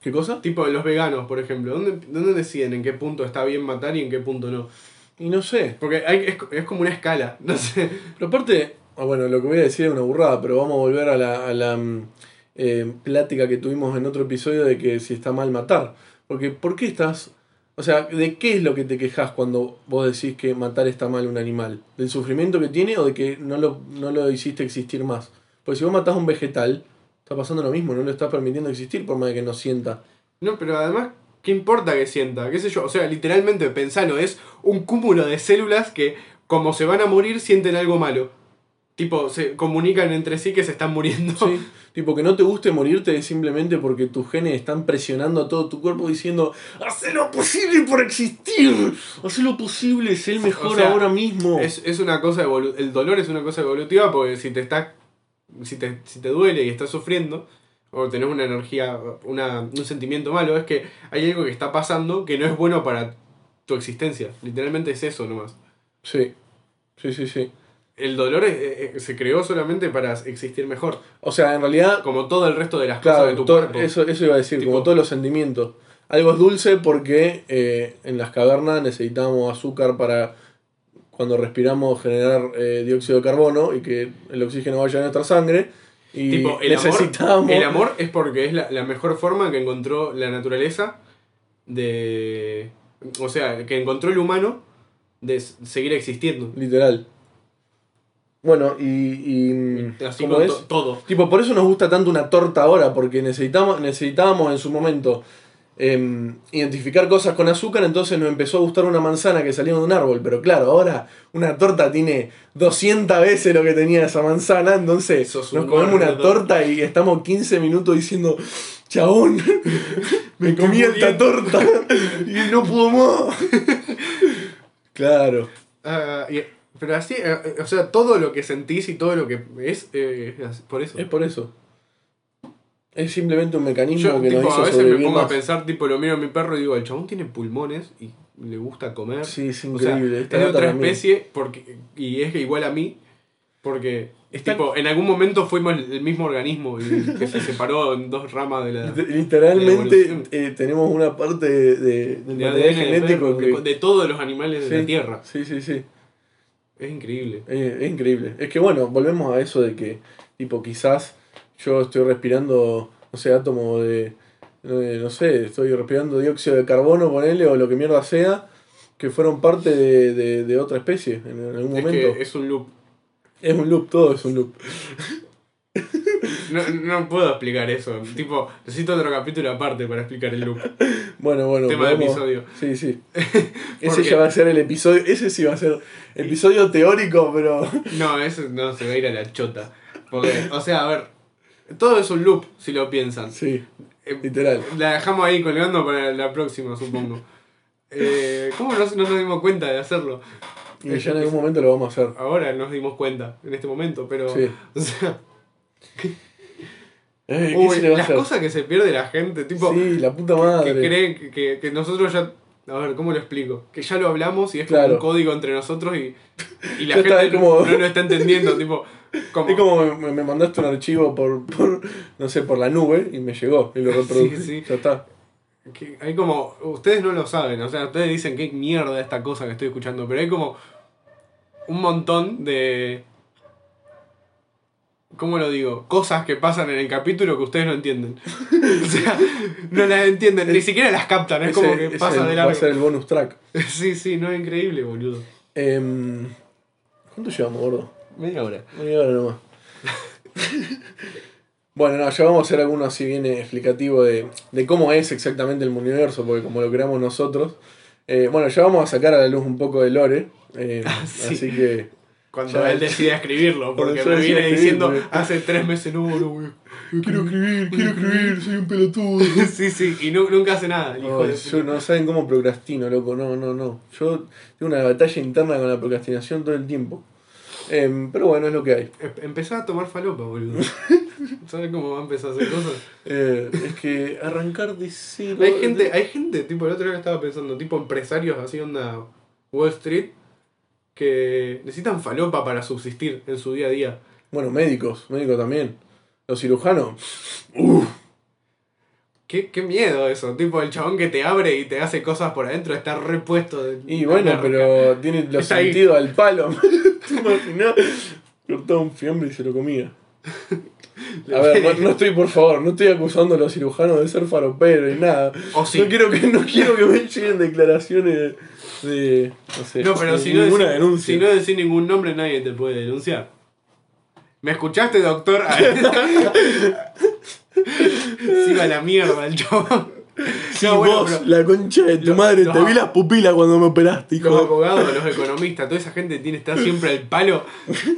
S1: ¿Qué cosa?
S2: Tipo, los veganos, por ejemplo. ¿Dónde, dónde deciden en qué punto está bien matar y en qué punto no?
S1: Y no sé.
S2: Porque hay- es, es como una escala. No sé.
S1: Pero aparte, ah, bueno, lo que voy a decir es una burrada, pero vamos a volver a la, a la, mm, eh, plática que tuvimos en otro episodio de que si está mal matar. Porque, ¿por qué estás.? O sea, ¿de qué es lo que te quejas cuando vos decís que matar está mal un animal? ¿Del sufrimiento que tiene o de que no lo, no lo hiciste existir más? Porque si vos matás un vegetal, está pasando lo mismo, no lo estás permitiendo existir por más de que no sienta.
S2: No, pero además, ¿qué importa que sienta? ¿Qué sé yo? O sea, literalmente, pensalo, es un cúmulo de células que, como se van a morir, sienten algo malo. tipo, se comunican entre sí que se están muriendo.
S1: Sí. Tipo, que no te guste morirte es simplemente porque tus genes están presionando a todo tu cuerpo diciendo: ¡Hacé lo posible por existir! ¡Hacé lo posible! ¡Sé el mejor
S2: sea,
S1: ahora mismo!
S2: Es, es una cosa evolu- el dolor es una cosa evolutiva porque si te está si te, si te duele y estás sufriendo o tenés una energía, una, un sentimiento malo, es que hay algo que está pasando que no es bueno para tu existencia. Literalmente es eso nomás.
S1: Sí. Sí, sí, sí.
S2: El dolor es- eh, eh, se creó solamente para existir mejor,
S1: O sea, en realidad,
S2: como todo el resto de las
S1: claro,
S2: cosas de tu
S1: todo-
S2: cuerpo.
S1: eso, eso iba a decir,
S2: Tipo-
S1: como todos los sentimientos. Algo es dulce porque eh, en las cavernas necesitamos azúcar para cuando respiramos generar eh, dióxido de carbono y que el oxígeno vaya a nuestra sangre. Y
S2: Tipo, el
S1: necesitamos.
S2: amor, el amor es porque es la, la mejor forma que encontró la naturaleza de... O sea, que encontró el humano de s- seguir existiendo.
S1: Literal. Bueno, y. y
S2: Así
S1: Mm. ¿cómo
S2: con
S1: es?
S2: to- todo.
S1: Tipo, por eso nos gusta tanto una torta ahora, porque necesitamos, necesitábamos en su momento em, identificar cosas con azúcar, entonces nos empezó a gustar una manzana que salía de un árbol, pero claro, ahora una torta tiene 200 veces lo que tenía esa manzana, entonces
S2: Sos
S1: nos
S2: un
S1: comemos una
S2: gordo.
S1: torta y estamos 15 minutos diciendo, chabón, me comí esta
S2: muriendo".
S1: torta y no pudo más. claro,
S2: Ah, y- pero así, eh, o sea, todo lo que sentís y todo lo que es, eh, es por eso.
S1: es por eso. Es simplemente un mecanismo
S2: Yo
S1: que
S2: tipo,
S1: nos
S2: a
S1: hizo
S2: veces me
S1: sobrevivir
S2: pongo a
S1: más.
S2: pensar, tipo, lo miro a mi perro y digo, el chabón tiene pulmones y le gusta comer.
S1: Sí, es
S2: O sea,
S1: increíble.
S2: es
S1: Esta
S2: de
S1: nota
S2: otra
S1: también.
S2: especie porque, y es igual a mí porque
S1: Está-
S2: tipo, en algún momento fuimos el mismo organismo y que se separó en dos ramas de la...
S1: Lit- Literalmente
S2: evolución.
S1: eh, tenemos una parte de, de- del
S2: de
S1: material
S2: ADN de
S1: genético
S2: perro,
S1: que...
S2: de, de todos los animales de
S1: Sí.
S2: la Tierra.
S1: Sí, sí, sí.
S2: Es increíble.
S1: Eh, es increíble. Es que bueno, volvemos a eso de que, tipo, quizás yo estoy respirando, no sé, átomo de, eh, no sé, estoy respirando dióxido de carbono, ponele, o lo que mierda sea, que fueron parte de, de- de otra especie en, en algún
S2: Es
S1: momento.
S2: que es un loop.
S1: es un loop, todo es un loop.
S2: No, no puedo explicar eso. Tipo, necesito otro capítulo aparte para explicar el loop.
S1: Bueno, bueno.
S2: Tema de
S1: podemos-
S2: episodio.
S1: Sí, sí. ese
S2: Porque-
S1: ya va a ser el episodio. Ese sí va a ser episodio teórico, pero.
S2: No, eso no se va a ir a la chota. Porque, o sea, a ver, todo es un loop si lo piensan.
S1: Sí,
S2: Eh,
S1: literal.
S2: La dejamos ahí colgando para la próxima, supongo. Eh, ¿Cómo no, no nos dimos cuenta de hacerlo?
S1: Y ya en algún momento lo vamos a hacer.
S2: Ahora nos dimos cuenta, en este momento, pero.
S1: Sí.
S2: O sea,
S1: Eh, ¿Qué
S2: uy,
S1: se le va a
S2: las
S1: hacer?
S2: cosas que se pierde la gente, tipo,
S1: Sí, la puta
S2: que
S1: madre.
S2: creen que, que- que nosotros ya. A ver, ¿cómo lo explico? Que ya lo hablamos y es
S1: Claro.
S2: como un código entre nosotros y, y la
S1: Ya está,
S2: gente
S1: es como-
S2: no lo está entendiendo, tipo. Como,
S1: Es como me, me mandaste un archivo por, por, no sé, por la nube y me llegó y lo reproducí.
S2: sí.
S1: Ya está.
S2: que hay como. Ustedes no lo saben, o sea, ustedes dicen qué mierda esta cosa que estoy escuchando, pero hay como. Un montón de. ¿Cómo lo digo? Cosas que pasan en el capítulo que ustedes no entienden. o sea, no las entienden, ni siquiera las captan, es como
S1: Ese-
S2: que
S1: ese
S2: pasa de
S1: va a ser
S2: largo.
S1: el bonus track.
S2: Sí, sí, no es increíble, boludo.
S1: Em, ¿Cuánto llevamos, gordo?
S2: Media hora.
S1: Media hora nomás. bueno, no, ya vamos a hacer alguno así bien eh, explicativo de, de cómo es exactamente el universo, porque como lo creamos nosotros. eh, bueno, ya vamos a sacar a la luz un poco de Lore. eh,
S2: Ah, sí.
S1: Así que.
S2: Cuando
S1: Ya,
S2: él decide escribirlo, porque
S1: yo
S2: me
S1: decía
S2: viene
S1: escribir,
S2: diciendo
S1: porque-
S2: hace tres meses, no, no, güey.
S1: eh. Quiero escribir, quiero escribir, soy un pelotudo.
S2: Sí, sí, y nu- nunca hace nada. el hijo de puta.
S1: yo no saben cómo procrastino, loco. No, no, no. Yo tengo una batalla interna con la procrastinación todo el tiempo. Em, pero bueno, es lo que hay.
S2: Em- Empezá a tomar falopa, boludo. ¿Sabes cómo va a empezar a hacer cosas?
S1: Eh, es que arrancar de cero.
S2: Hay gente, hay gente, tipo, el otro día estaba pensando, tipo empresarios así onda Wall Street, que necesitan falopa para subsistir en su día a día.
S1: Bueno, médicos, médicos también. Los cirujanos.
S2: Qué, qué miedo eso, tipo el chabón que te abre y te hace cosas por adentro, está repuesto de...
S1: Y bueno, pero tiene los
S2: Está ahí.
S1: sentidos al palo. ¿Te imaginas? Cortaba un fiambre y se lo comía. A ver, no, no estoy, por favor, no estoy acusando a los cirujanos de ser faroperos y nada.
S2: O sí.
S1: No quiero que, no quiero que me lleguen declaraciones de. de, no sé.
S2: No, pero
S1: de
S2: si no,
S1: ninguna
S2: decí-
S1: denuncia.
S2: si no decís ningún nombre, nadie te puede denunciar. ¿Me escuchaste, doctor? Se iba a la mierda el chabón.
S1: Sí,
S2: No, bueno,
S1: vos,
S2: pero-
S1: la concha de tu
S2: Lo-
S1: madre,
S2: los
S1: te vi
S2: ab-
S1: las pupilas cuando me operaste, hijo.
S2: Los
S1: de-
S2: abogados, los economistas, toda esa gente tiene está siempre al palo.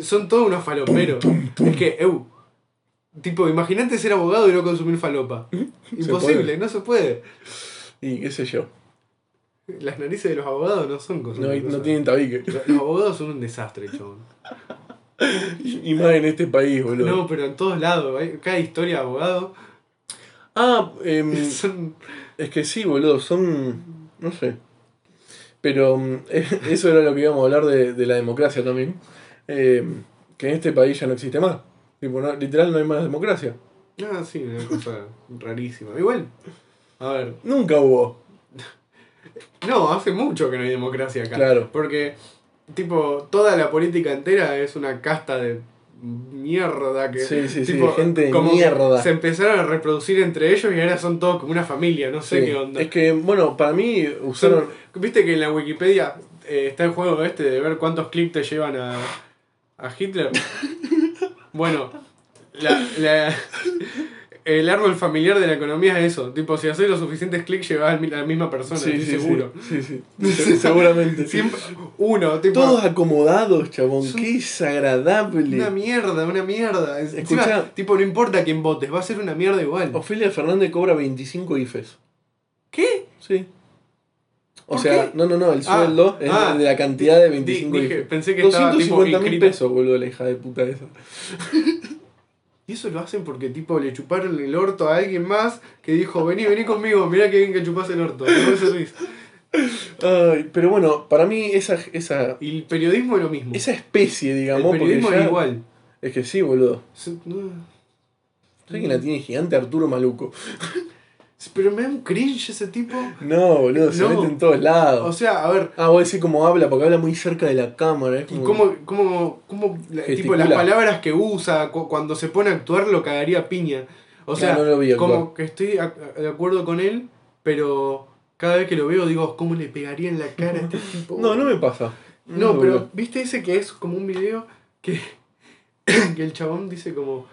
S2: Son todos unos faloperos. Es que, eu, tipo, imagínate ser abogado y no consumir falopa. Imposible,
S1: ¿Mm? puede.
S2: no se puede.
S1: Y qué sé yo.
S2: Las narices de los abogados no son cosas.
S1: No, hay- no tienen tabique.
S2: Los abogados son un desastre, chabón.
S1: Y más en este país, boludo.
S2: No, pero en todos lados, hay- cada historia de abogado
S1: Ah, em,
S2: son.
S1: es que sí, boludo, son. No sé. Pero em, eso era lo que íbamos a hablar de, de la democracia también. Em, que en este país ya no existe más. Tipo, no- literal, no hay más democracia.
S2: Ah, sí, una cosa rarísima. Igual, a ver,
S1: Nunca hubo.
S2: No, hace mucho que no hay democracia acá.
S1: Claro.
S2: Porque, tipo, toda la política entera es una casta de mierda que.
S1: Sí, sí, sí,
S2: tipo,
S1: gente de
S2: que
S1: mierda.
S2: Se empezaron a reproducir entre ellos y ahora son todos como una familia, no sé
S1: Sí.
S2: qué onda.
S1: Es que, bueno, para mí
S2: Son-
S1: usaron.
S2: Viste que en la Wikipedia eh, está el juego este de ver cuántos clics te llevan a, a Hitler. bueno, la- la- el árbol familiar de la economía es eso. Tipo, si haces los suficientes clics, llevas a la misma persona,
S1: Sí,
S2: estoy
S1: sí,
S2: seguro.
S1: sí, sí, sí. Se- Seguramente. sí.
S2: Siempre- uno, tipo.
S1: Todos acomodados, chabón.
S2: Son-
S1: Qué desagradable.
S2: Una mierda, una mierda. Es-
S1: Escuchá.
S2: encima, tipo, no importa quién votes, va a ser una mierda igual.
S1: Ofelia Fernández cobra 25 IFES.
S2: ¿Qué?
S1: Sí. O
S2: ¿Por
S1: sea,
S2: qué?
S1: no, no, no, el
S2: Ah,
S1: sueldo es
S2: ah,
S1: de la cantidad de
S2: di-
S1: 25
S2: dije,
S1: IFES.
S2: pensé que estaba, tipo,
S1: 250 mil
S2: inscrita.
S1: pesos, boludo, la hija de puta esa.
S2: Y eso lo hacen porque, tipo, le chuparon el orto a alguien más que dijo, vení, vení conmigo, mirá que bien que chupás el orto. Por eso lo hice.
S1: Ay, pero bueno, para mí esa, esa,
S2: Y el periodismo es lo mismo.
S1: esa especie,
S2: el
S1: digamos, porque
S2: periodismo
S1: ya-
S2: es igual.
S1: es que sí, boludo.
S2: Se- no.
S1: ¿Sabes quién la tiene gigante? Arturo Maluco.
S2: Pero me da un cringe ese tipo.
S1: No, boludo, se
S2: No.
S1: mete en todos
S2: O
S1: lados.
S2: sea, a ver,
S1: Ah, voy a decir cómo habla, porque habla muy cerca de la cámara. Es
S2: ¿y
S1: como...
S2: cómo, cómo, cómo la- tipo,
S1: Mm. Gesticula.
S2: las palabras que usa cu- cuando se pone a actuar lo cagaría a piña? O sea,
S1: no lo vi actuar.
S2: como que estoy a- de acuerdo con él, pero cada vez que lo veo digo, ¿cómo le pegaría en la cara a este tipo?
S1: No, no me pasa.
S2: No, pero
S1: boludo.
S2: viste ese que es como un video que, que el chabón dice como.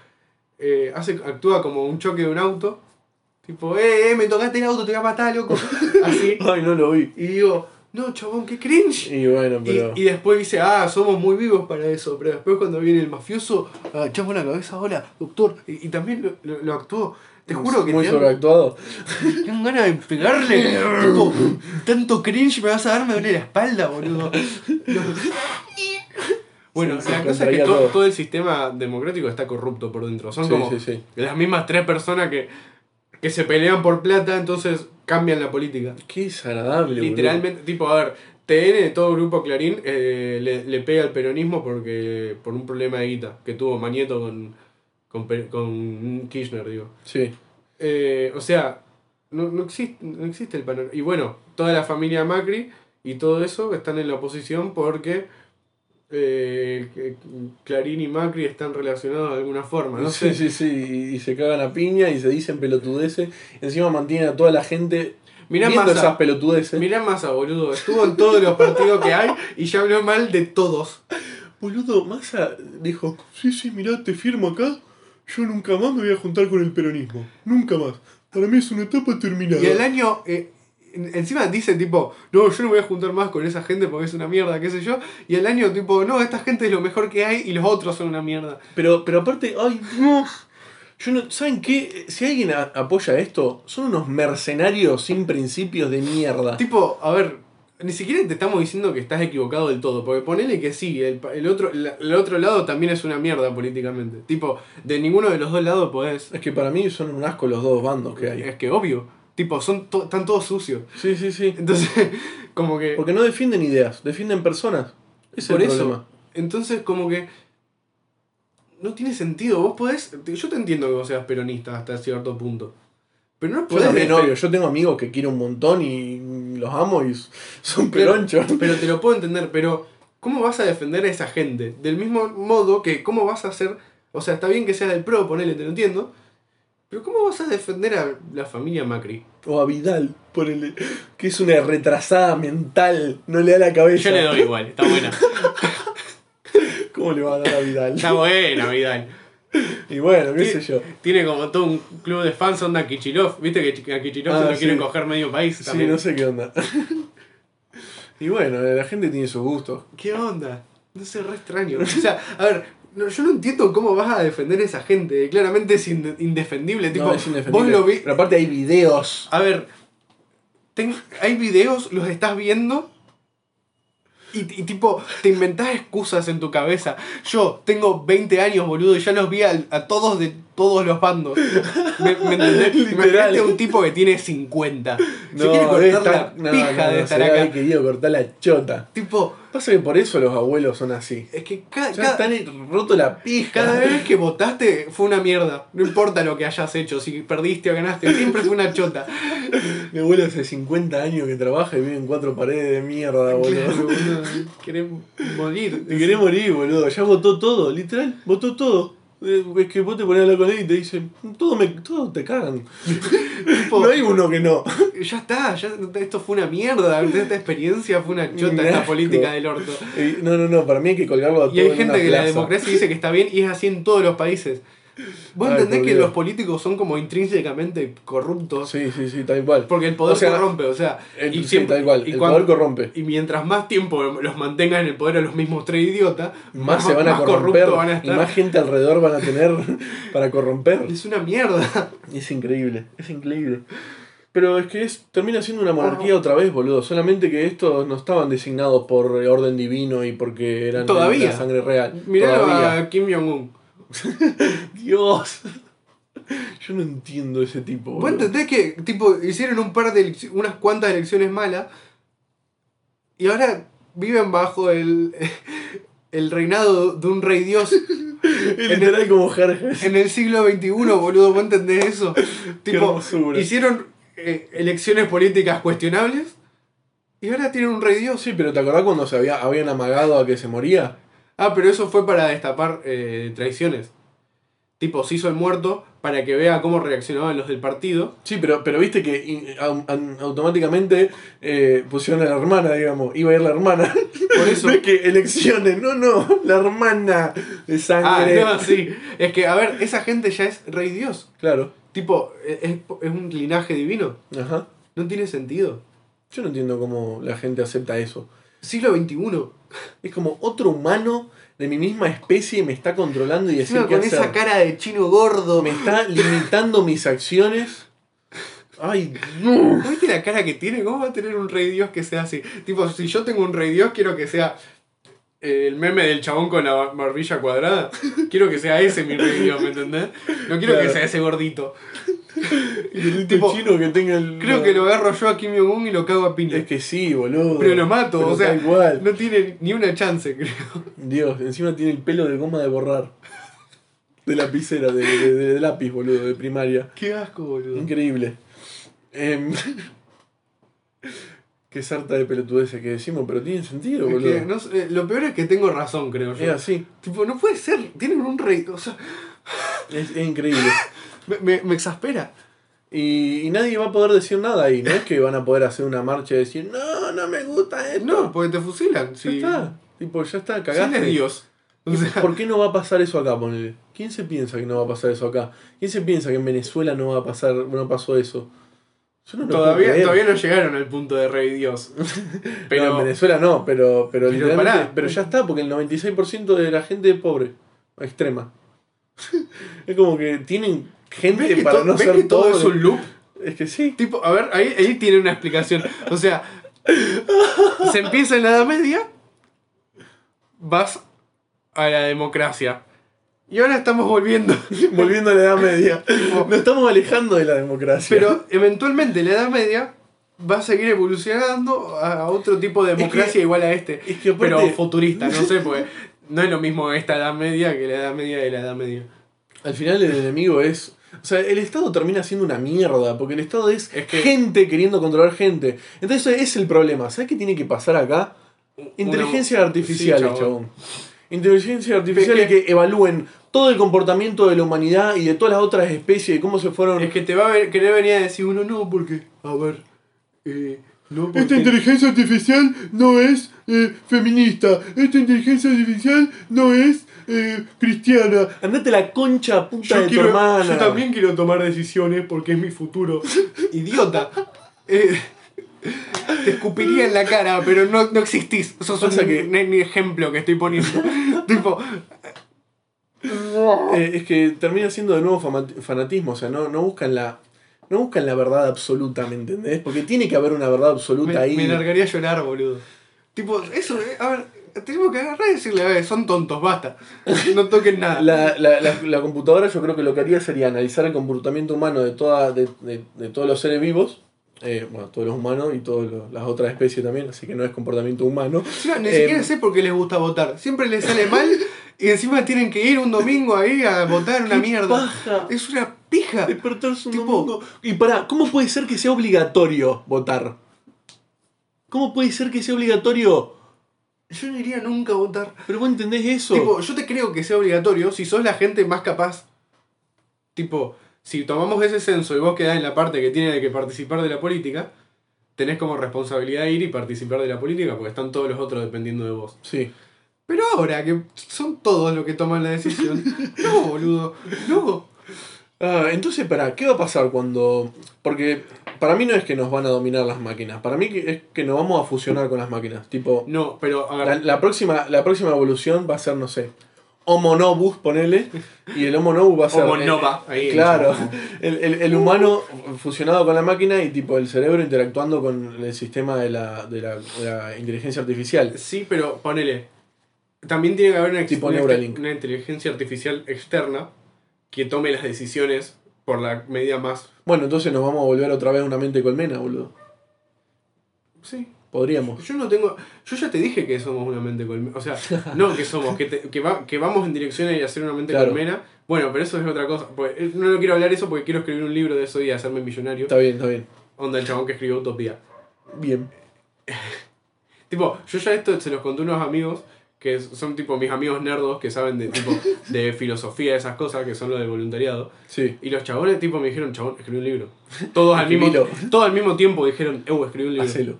S2: eh, hace, actúa como un choque de un auto. Tipo, eh, eh, me tocaste el auto, te voy a matar, loco. Así.
S1: Ay, no lo vi.
S2: Y digo, no, chabón, qué cringe.
S1: Y bueno,
S2: Y,
S1: pero...
S2: y después dice, ah, somos muy vivos para eso. Pero después cuando viene el mafioso, ah, chavo la cabeza, hola, doctor. Y, y también lo, lo, lo actuó. Te juro que
S1: Muy
S2: te dan,
S1: sobreactuado.
S2: te dan ganas de pegarle. tipo, tanto cringe me vas a dar, me duele la espalda, boludo. No. Bueno,
S1: Sí, se
S2: la cosa es que
S1: contraía
S2: to- todo,
S1: todo.
S2: el sistema democrático está corrupto por dentro. Son
S1: Sí,
S2: como
S1: sí, sí.
S2: las mismas tres personas que, que se pelean por plata, entonces cambian la política.
S1: Qué desagradable, boludo.
S2: Literalmente, tipo, a ver, TN de todo grupo Clarín eh, le, le pega al peronismo porque por un problema de guita que tuvo Mañeto con, con, Pe- con Kirchner, digo.
S1: Sí.
S2: Eh, o sea, no, no, existe, no existe el panorama. Y bueno, toda la familia Macri y todo eso están en la oposición porque eh, que- Clarín y Macri están relacionados de alguna forma. No sé.
S1: Sí, sí, sí. Y, y se cagan a piña y se dicen pelotudeces. Encima mantienen a toda la gente
S2: Mirá
S1: viendo
S2: Massa.
S1: esas eh. pelotudeces.
S2: Mirá Massa, boludo. Estuvo en todos los partidos que hay y ya habló mal de todos.
S1: Boludo, Massa dijo, sí, sí, mirá, te firmo acá. Yo nunca más me voy a juntar con el peronismo. Nunca más. Para mí es una etapa terminada.
S2: Y al año, eh, en- encima dice tipo, no, yo no me voy a juntar más con esa gente porque es una mierda, qué sé yo. Y al año tipo, no, esta gente es lo mejor que hay y los otros son una mierda.
S1: Pero, pero aparte, ay, no. Yo no, ¿Saben qué? Si alguien a- apoya esto, son unos mercenarios sin principios de mierda.
S2: Tipo, a ver, ni siquiera te estamos diciendo que estás equivocado del todo, porque ponele que sí, el, pa- el otro, la- el otro lado también es una mierda políticamente. Tipo, de ninguno de los dos lados podés...
S1: Es que para mí son un asco los dos bandos que hay.
S2: Es que obvio, tipo, son to- están todos sucios.
S1: Sí, sí, sí.
S2: Entonces, como que...
S1: Porque no defienden ideas, defienden personas. Ese
S2: Por
S1: es el
S2: eso.
S1: problema.
S2: Entonces, como que. No tiene sentido. Vos podés. Yo te entiendo que vos seas peronista hasta cierto punto. Pero no
S1: Yo
S2: podés.
S1: también,
S2: defender-
S1: obvio, yo tengo amigos que quiero un montón y los amo y son
S2: Pero-
S1: peronchos.
S2: Pero te lo puedo entender. Pero, ¿cómo vas a defender a esa gente? Del mismo modo que, ¿cómo vas a hacer. O sea, está bien que seas del pro, ponele, te lo entiendo. Pero, ¿cómo vas a defender a la familia Macri?
S1: O a Vidal, ponele, que es una retrasada mental, no le da la cabeza.
S2: igual, está buena.
S1: ¿Cómo le va a dar a Vidal?
S2: buena, Vidal.
S1: Y bueno, qué sé yo.
S2: Tiene como todo un club de fans onda Kichilov. Viste que Ch- a Kichilov
S1: Ah,
S2: se lo
S1: sí.
S2: quieren coger medio país
S1: Sí,
S2: también.
S1: no sé qué onda. Y bueno, la gente tiene sus gustos.
S2: ¿Qué onda? No sé, re extraño. O sea, a ver, no, yo no entiendo cómo vas a defender a esa gente. Claramente es inde- indefendible. Tipo,
S1: No, es indefendible.
S2: Vos lo vi.
S1: Pero aparte hay videos.
S2: A ver, ten- hay videos, los estás viendo. Y, y tipo, te inventás excusas en tu cabeza. Yo tengo 20 años, boludo, y ya los vi al- a, todos de todos los bandos. ¿Me, me entendés?
S1: Literal.
S2: Imagínate a un tipo que tiene 50. Se
S1: No, debe
S2: quiere cortar la
S1: estar- no,
S2: pija
S1: no,
S2: de
S1: no,
S2: estar
S1: se debe
S2: acá.
S1: haber querido cortar la chota.
S2: Tipo,
S1: Pasa que por eso los abuelos son así.
S2: es que ca-
S1: Ya
S2: ca-
S1: están roto la pija.
S2: Cada vez que votaste fue una mierda. No importa lo que hayas hecho, si perdiste o ganaste, siempre fue una chota.
S1: Mi abuelo hace 50 años que trabaja y vive en cuatro paredes de mierda,
S2: Claro,
S1: boludo.
S2: boludo, querés morir.
S1: Te querés morir, boludo. Ya votó todo, literal, votó todo. Eh, Es que vos te pones a hablar con él y te dicen, todo, me, todo te cagan.
S2: Tipo,
S1: No hay uno que no.
S2: Ya está, ya, esto fue una mierda. Esta experiencia fue una
S1: Un
S2: chota, esta
S1: asco.
S2: política del orto.
S1: Eh, No, no, no, para mí hay que colgarlo a todo
S2: Y hay
S1: en una
S2: gente que la
S1: plaza.
S2: democracia dice que está bien y es así en todos los países. Vos
S1: Ay,
S2: entendés
S1: por
S2: que
S1: Dios.
S2: los políticos son como intrínsecamente corruptos.
S1: Sí, sí, sí, tal cual.
S2: Porque el
S1: O
S2: poder
S1: sea,
S2: corrompe, o sea.
S1: el- sí,
S2: siempre-
S1: tal cual,
S2: y
S1: el
S2: cuando-
S1: poder corrompe.
S2: Y mientras más tiempo los mantengan en el poder a los mismos tres idiotas,
S1: Más, se van a
S2: más
S1: corromper
S2: corruptos van a
S1: y
S2: estar.
S1: más gente alrededor van a tener para corromper.
S2: Es una mierda.
S1: Es increíble, es increíble. Pero es que es, termina siendo una monarquía otra vez, boludo. Solamente que estos no estaban designados por eh, orden divino y porque eran
S2: Todavía.
S1: de la sangre real.
S2: Mirá
S1: Todavía.
S2: a Kim Jong-un.
S1: Dios. Yo no entiendo ese tipo.
S2: Vos
S1: boludo.
S2: entendés que tipo, hicieron un par de elec- unas cuantas elecciones malas y ahora viven bajo el, el reinado de un rey dios
S1: Es literal como Jerjes.
S2: en el siglo XXI, boludo. ¿Vos entendés eso? Tipo,
S1: hermosura.
S2: hicieron eh, elecciones políticas cuestionables y ahora tienen un rey dios.
S1: Sí, pero ¿te acordás cuando se había, habían amagado a que se moría?
S2: Ah, pero eso fue para destapar eh, traiciones. Tipo, se hizo el muerto para que vea cómo reaccionaban los del partido.
S1: Sí, pero, pero viste que in- au- an- automáticamente eh, pusieron a la hermana, digamos. Iba a ir la hermana.
S2: Por eso.
S1: No es que elecciones, no, no. La hermana de
S2: Ah,
S1: sangre.
S2: no, sí. Es que, a ver, esa gente ya es rey dios.
S1: Claro.
S2: Tipo, e-, es, es un linaje divino.
S1: Ajá.
S2: No tiene sentido.
S1: Yo no entiendo cómo la gente acepta eso.
S2: Siglo XXI.
S1: Es como otro humano de mi misma especie me está controlando y decir
S2: Encima
S1: qué
S2: con esa
S1: hacer.
S2: cara de chino gordo.
S1: Me
S2: ¿No
S1: está limitando mis acciones. Ay, no.
S2: ¿Viste la cara que tiene? ¿Cómo va a tener un rey dios que sea así? Tipo, si yo tengo un rey dios, quiero que sea eh, el meme del chabón con la bar- barbilla cuadrada. Quiero que sea ese mi rey dios, ¿me entendés? No quiero que
S1: Claro.
S2: sea ese gordito.
S1: El
S2: Tipo,
S1: este chino que tenga el.
S2: Creo que lo agarro yo a Kim Jong-un y lo cago a piña.
S1: Es que sí, boludo.
S2: Pero lo mato,
S1: Pero
S2: o sea,
S1: da igual.
S2: no tiene ni una chance, creo.
S1: Dios, encima tiene el pelo de goma de borrar. De lapicera, de, de- de- de lápiz, boludo, de primaria.
S2: Qué asco, boludo.
S1: Increíble. Em, qué sarta de pelotudeces que decimos, pero tiene sentido,
S2: Es
S1: boludo.
S2: que, no sé, eh, lo peor es que tengo razón, creo yo.
S1: Es así.
S2: Tipo, no puede ser, tienen un rey. O sea,
S1: Es, es increíble.
S2: me, me- me exaspera.
S1: Y, y nadie va a poder decir nada ahí. No es que van a poder hacer una marcha y decir, no, no me gusta esto.
S2: No, pues, porque te fusilan.
S1: ya
S2: Si,
S1: está. Tipo, ya está,
S2: si él
S1: cagaste.
S2: es Dios. O sea,
S1: ¿Por qué no va a pasar eso acá, ponele? ¿Quién se piensa que no va a pasar eso acá? ¿Quién se piensa que en Venezuela no va a pasar, no pasó eso? Yo no lo puedo
S2: todavía,
S1: creer.
S2: todavía no llegaron al punto de rey Dios. Pero
S1: No, en Venezuela no, pero pero,
S2: Pero
S1: literalmente-
S2: pará.
S1: pero ya está, porque el 96% de la gente es pobre, extrema. es como que tienen gente
S2: ¿ves que,
S1: para
S2: to-
S1: no
S2: ves
S1: ser
S2: que todo
S1: pobre.
S2: es un loop?
S1: Es que sí.
S2: Tipo, a ver, ahí, ahí tiene una explicación. O sea, se empieza en la Edad Media, vas a la democracia. Y ahora estamos volviendo.
S1: Volviendo a la Edad Media.
S2: Tipo,
S1: Nos estamos alejando de la democracia.
S2: Pero eventualmente la Edad Media va a seguir evolucionando a a otro tipo de
S1: que-
S2: democracia igual a este.
S1: es que aparte-
S2: pero futurista, no sé, pues no es lo mismo esta Edad Media que la Edad Media de la Edad Media.
S1: Al final el enemigo es... O sea, el Estado termina siendo una mierda, porque el Estado es,
S2: Es que-
S1: gente queriendo controlar gente. Entonces ese es el problema. ¿Sabes qué tiene que pasar acá? Inteligencia
S2: Una-
S1: artificial,
S2: Sí, chabón.
S1: chabón. Inteligencia artificial
S2: Es
S1: y que evalúen todo el comportamiento de la humanidad y de todas las otras especies y cómo se fueron...
S2: Es que te va a ver- querer venir a decir uno, no, porque, a ver, eh, no, porque...
S1: Esta inteligencia artificial no es eh, feminista. Esta inteligencia artificial no es eh, Cristiana, andate la concha puta de tu hermana.
S2: yo también quiero tomar decisiones porque es mi futuro. Idiota. Eh, te escupiría en la cara, pero no, no existís. Sos un,
S1: Pasa que-
S2: un- un ejemplo que estoy poniendo. tipo,
S1: Eh, es que termina siendo de nuevo fama- fanatismo, o sea, no, no buscan la. No buscan la verdad absoluta, ¿me entendés? Porque tiene que haber una verdad absoluta
S2: me,
S1: ahí.
S2: me largaría a llorar, boludo. Tipo, eso, eh, a ver, tenemos que agarrar y decirle, a ver, son tontos, basta. No toquen nada.
S1: La, la- la- la computadora yo creo que lo que haría sería analizar el comportamiento humano de, toda, de, de- de todos los seres vivos, eh, bueno, todos los humanos y todas los- las otras especies también, así que no es comportamiento humano.
S2: No, ni
S1: Em,
S2: siquiera sé por qué les gusta votar. Siempre les sale mal y encima tienen que ir un domingo ahí a votar una mierda.
S1: paja!
S2: Es una pija.
S1: Despertarse un
S2: Tipo-
S1: domingo. Y pará, ¿cómo puede ser que sea obligatorio votar? ¿Cómo puede ser que sea obligatorio?
S2: Yo no iría nunca a votar.
S1: ¿Pero vos entendés eso?
S2: Tipo, yo te creo que sea obligatorio si sos la gente más capaz. Tipo, si tomamos ese censo y vos quedás en la parte que tiene que participar de la política, tenés como responsabilidad ir y participar de la política porque están todos los otros dependiendo de vos.
S1: sí.
S2: Pero ahora que son todos los que toman la decisión, no, boludo, no.
S1: Ah, entonces, pará, ¿qué va a pasar cuando.? Porque para mí no es que nos van a dominar las máquinas, para mí que- es que nos vamos a fusionar con las máquinas. Tipo,
S2: No, pero a ver,
S1: la, la próxima, la próxima evolución va a ser, no sé, Homo novus, ponele, y el Homo novus va a ser.
S2: Homo
S1: eh,
S2: nova, ahí.
S1: Claro, el, el- el humano fusionado con la máquina y tipo el cerebro interactuando con el sistema de la, de la, de la inteligencia artificial.
S2: Sí, pero ponele. También tiene que haber una, ex-
S1: Tipo
S2: una ex-
S1: Neuralink.
S2: una inteligencia artificial externa que tome las decisiones por la medida más.
S1: Bueno, entonces nos vamos a volver otra vez una mente colmena, boludo.
S2: Sí.
S1: Podríamos.
S2: Yo no tengo. Yo ya te dije que somos una mente colmena. O sea, no que somos, que, te- que, va- que vamos en dirección a hacer una mente
S1: Claro.
S2: colmena. Bueno, pero eso es otra cosa. Pues, eh, no lo quiero hablar eso porque quiero escribir un libro de eso y hacerme millonario.
S1: Está bien, está bien.
S2: Onda el chabón que escribió Utopía.
S1: Bien.
S2: Tipo, yo ya esto se los conté a unos amigos que son tipo mis amigos nerdos que saben de tipo de filosofía, esas cosas que son lo del voluntariado.
S1: Sí.
S2: Y los chabones tipo me dijeron, chabón, escribí un libro. Todos al mismo,
S1: Escribilo.
S2: todos al mismo tiempo dijeron, eu, escribí un libro.
S1: Hacelo.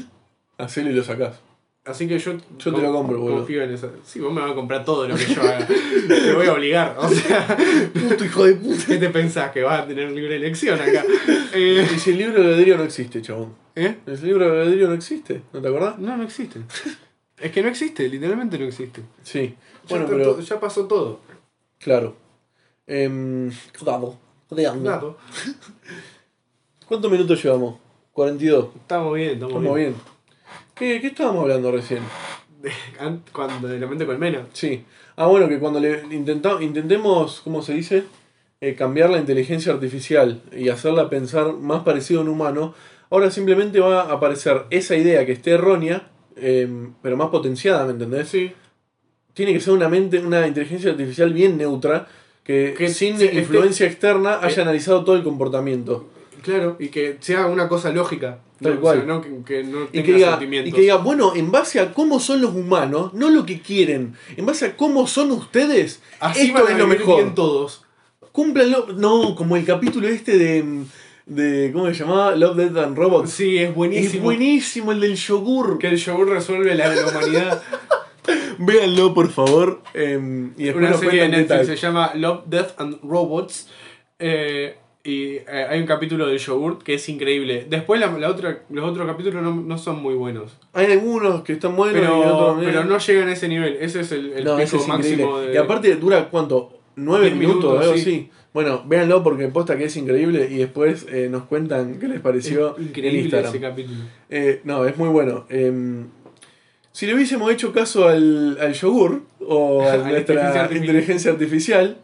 S1: Hacelo y lo sacás.
S2: Así que yo,
S1: Yo te lo compro, boludo.
S2: confío en eso. Sí, vos me vas a comprar todo lo que yo haga. te voy a obligar. O sea,
S1: Puto hijo de puta.
S2: ¿qué te pensás? Que vas a tener libre elección acá. Eh,
S1: Y si el libro de albedrío no existe, chabón.
S2: ¿eh?
S1: El libro de albedrío no existe, ¿no te acordás?
S2: No, no existe. Es que no existe, literalmente no existe.
S1: Sí.
S2: Ya
S1: Bueno,
S2: está
S1: pero.
S2: to- ya pasó todo.
S1: Claro. Em, Cuidado. Cuidado.
S2: Claro.
S1: ¿Cuántos minutos llevamos? 42.
S2: Estamos bien, estamos,
S1: Estamos bien. ¿Qué, qué estábamos hablando recién?
S2: De- an- cuando de la mente colmena.
S1: Sí. Ah, bueno, que cuando le intenta- intentemos, ¿cómo se dice? Eh, cambiar la inteligencia artificial y hacerla pensar más parecido a un humano, ahora simplemente va a aparecer esa idea que esté errónea, em, pero más potenciada, ¿me entendés?
S2: Sí.
S1: Tiene que ser una mente, una inteligencia artificial bien neutra, que,
S2: Que este eh,
S1: sin
S2: se-
S1: influencia externa haya analizado todo el comportamiento.
S2: Claro, y que sea una cosa lógica.
S1: Tal
S2: no,
S1: cual.
S2: o sea, no que, que no
S1: Y
S2: tenga
S1: que, diga,
S2: sentimientos.
S1: y que diga, bueno, en base a cómo son los humanos, no lo que quieren, en base a cómo son ustedes,
S2: Así
S1: esto
S2: van a
S1: es lo
S2: vivir
S1: mejor.
S2: bien todos.
S1: Cúmplanlo. No, como el capítulo este de. de ¿Cómo se llamaba? Love, Death and Robots.
S2: Sí, es buenísimo.
S1: Es buenísimo el del yogur.
S2: Que el yogur resuelve la, la humanidad.
S1: Véanlo, por favor. em, y después
S2: una
S1: nos
S2: serie de
S1: cuentan qué
S2: Netflix se
S1: tal.
S2: llama Love, Death and Robots. eh, y eh, hay un capítulo del yogur que es increíble. Después la, la otra, los otros capítulos no, no son muy buenos.
S1: Hay algunos que están buenos y
S2: Pero,
S1: otros
S2: pero no llegan a ese nivel. Ese es el, el
S1: No,
S2: pico
S1: ese es increíble.
S2: máximo de-
S1: Y aparte dura cuánto? ¿Nueve
S2: Diez
S1: minutos,
S2: minutos,
S1: algo
S2: sí.
S1: así? Bueno, véanlo porque posta que es increíble y después eh, nos cuentan qué les
S2: es
S1: pareció en
S2: increíble
S1: Instagram.
S2: ese capítulo.
S1: Eh, no, es muy bueno. Em, si le hubiésemos hecho caso al, al yogur o a
S2: A la
S1: nuestra
S2: inteligencia artificial.
S1: inteligencia artificial,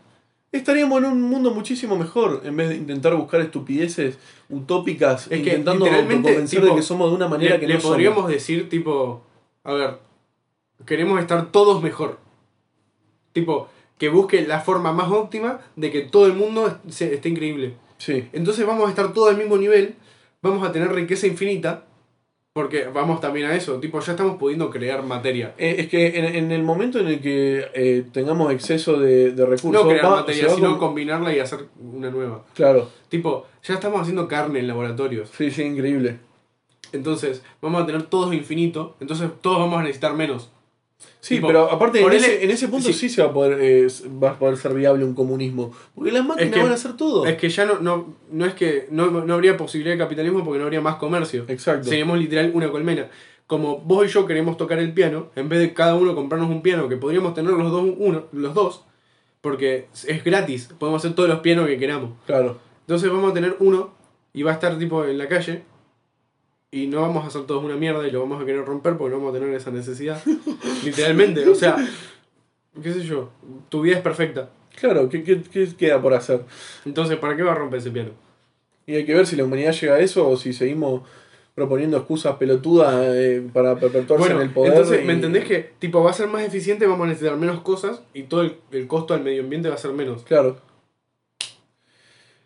S1: estaríamos en un mundo muchísimo mejor en vez de intentar buscar estupideces utópicas,
S2: Es que,
S1: intentando
S2: literalmente,
S1: convencer de
S2: tipo,
S1: que somos de una manera
S2: le,
S1: que
S2: le
S1: no
S2: podríamos decir, tipo, a ver, queremos estar todos mejor. Tipo, que busque la forma más óptima de que todo el mundo est- se- esté increíble.
S1: somos. Sí,
S2: Entonces vamos a estar todos al mismo nivel, vamos a tener riqueza infinita, porque vamos también a eso, tipo, ya estamos pudiendo crear materia.
S1: Eh, es que en, en el momento en el que eh, tengamos exceso de, de recursos,
S2: No crear
S1: va- se
S2: materia,
S1: va
S2: sino
S1: con-
S2: combinarla y hacer una nueva.
S1: Claro,
S2: Tipo, ya estamos haciendo carne en laboratorios.
S1: sí, sí, increíble.
S2: Entonces, vamos a tener todos infinito, entonces todos vamos a necesitar menos.
S1: Sí,
S2: Tipo,
S1: pero aparte en
S2: ponele-
S1: ese, en ese punto sí,
S2: sí.
S1: se va a, poder, eh, va a poder ser viable un comunismo. Porque las máquinas
S2: Es que-
S1: van a hacer todo.
S2: Es que ya no, no, no es que no, no habría posibilidad de capitalismo porque no habría más comercio.
S1: Exacto.
S2: Seríamos literal una colmena. Como vos y yo queremos tocar el piano, en vez de cada uno comprarnos un piano, que podríamos tener los dos, uno, los dos, porque es gratis, podemos hacer todos los pianos que queramos.
S1: Claro.
S2: Entonces vamos a tener uno y va a estar tipo en la calle y no vamos a hacer todos una mierda y lo vamos a querer romper porque no vamos a tener esa necesidad. Literalmente, o sea, qué sé yo, tu vida es perfecta.
S1: Claro, ¿qué, qué, qué queda por hacer?
S2: Entonces, ¿para qué va a romper ese piano?
S1: Y hay que ver si la humanidad llega a eso o si seguimos proponiendo excusas pelotudas eh, para perpetuarse
S2: Bueno,
S1: en el poder.
S2: entonces,
S1: y-
S2: ¿me entendés que tipo va a ser más eficiente, vamos a necesitar menos cosas y todo el, el costo al medio ambiente va a ser menos?
S1: Claro.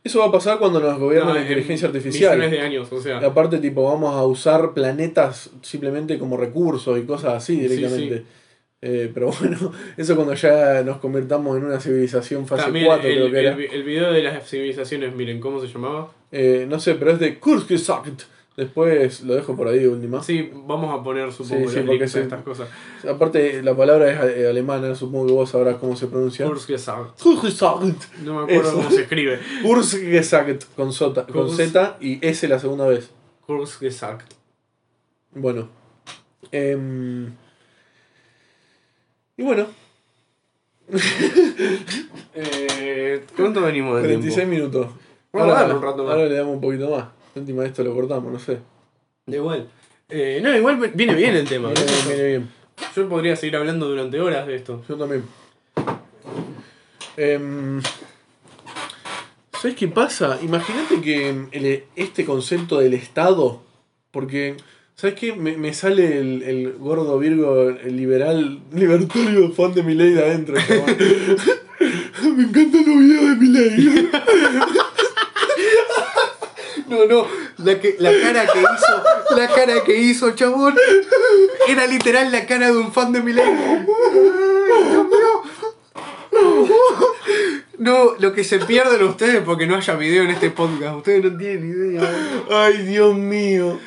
S1: Eso va a pasar cuando nos gobierne
S2: No,
S1: la
S2: en
S1: inteligencia artificial.
S2: Millones de años, o sea.
S1: Y aparte, tipo, vamos a usar planetas simplemente como recursos y cosas así directamente. Eh, pero bueno, eso cuando ya nos convertamos en una civilización fase
S2: También
S1: 4,
S2: el,
S1: creo que era.
S2: el vi- el video de las civilizaciones, miren, ¿cómo se llamaba?
S1: Eh, no sé, pero es de Kurzgesagt. Después lo dejo por ahí de última.
S2: Sí, vamos a poner supongo
S1: sí,
S2: los
S1: porque
S2: links a
S1: se-
S2: estas cosas.
S1: Aparte, la palabra es eh, alemana, supongo que vos sabrás cómo se pronuncia.
S2: Kurzgesagt.
S1: Kurzgesagt.
S2: No me acuerdo
S1: Eso.
S2: cómo se escribe.
S1: Kurzgesagt con, sota- con
S2: Kurz-
S1: Z y S la segunda vez.
S2: Kurzgesagt.
S1: Bueno. Em, y bueno,
S2: Eh, ¿Cuánto venimos de
S1: 36
S2: tiempo?
S1: minutos.
S2: Bueno,
S1: ahora,
S2: dale un rato más.
S1: ahora le damos un poquito más. Última esto lo cortamos, no sé.
S2: Da igual. Eh, no, igual viene bien el tema. ¿eh?
S1: Viene bien, viene bien.
S2: Yo podría seguir hablando durante horas de esto.
S1: Yo también. Em, ¿Sabes qué pasa? Imagínate que em, el- este concepto del Estado, porque, ¿sabes qué? Me, me sale el, el gordo virgo el liberal, libertario, fan de Milei de adentro. este chabón. me encantan los videos de Milei.
S2: No, no, la, que, la cara que hizo, la cara que hizo, chabón, era literal la cara de un fan de Milei. No, lo que se pierden ustedes porque no haya video en este podcast, ustedes no tienen idea.
S1: Ay, Dios mío.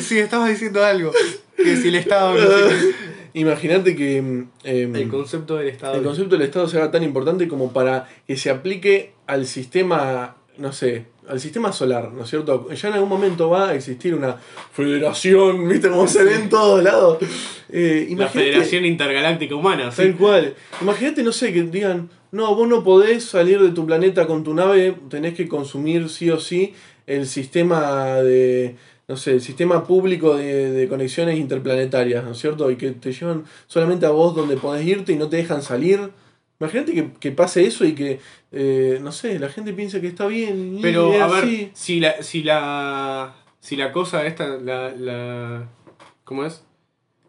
S2: Sí, estabas diciendo algo, que si el Estado... no sé qué.
S1: Imagínate que... em, em,
S2: El concepto del Estado.
S1: el concepto del Estado se haga tan importante como para que se aplique al sistema, no sé, al sistema solar, ¿no es cierto? Ya en algún momento va a existir una federación, ¿viste cómo se ve en todos lados? Eh,
S2: la
S1: imagínate-
S2: Federación Intergaláctica Humana, sí.
S1: Tal cual. Imagínate, no sé, que digan, no, vos no podés salir de tu planeta con tu nave, tenés que consumir sí o sí el sistema de, no sé, el sistema público de, de conexiones interplanetarias, ¿no es cierto? Y que te llevan solamente a vos donde podés irte y no te dejan salir. Imagínate que, que pase eso y que, eh, no sé, la gente piensa que está bien. y es
S2: Pero, a ver,
S1: así.
S2: si la, si la. Si la cosa esta, la. la ¿Cómo es?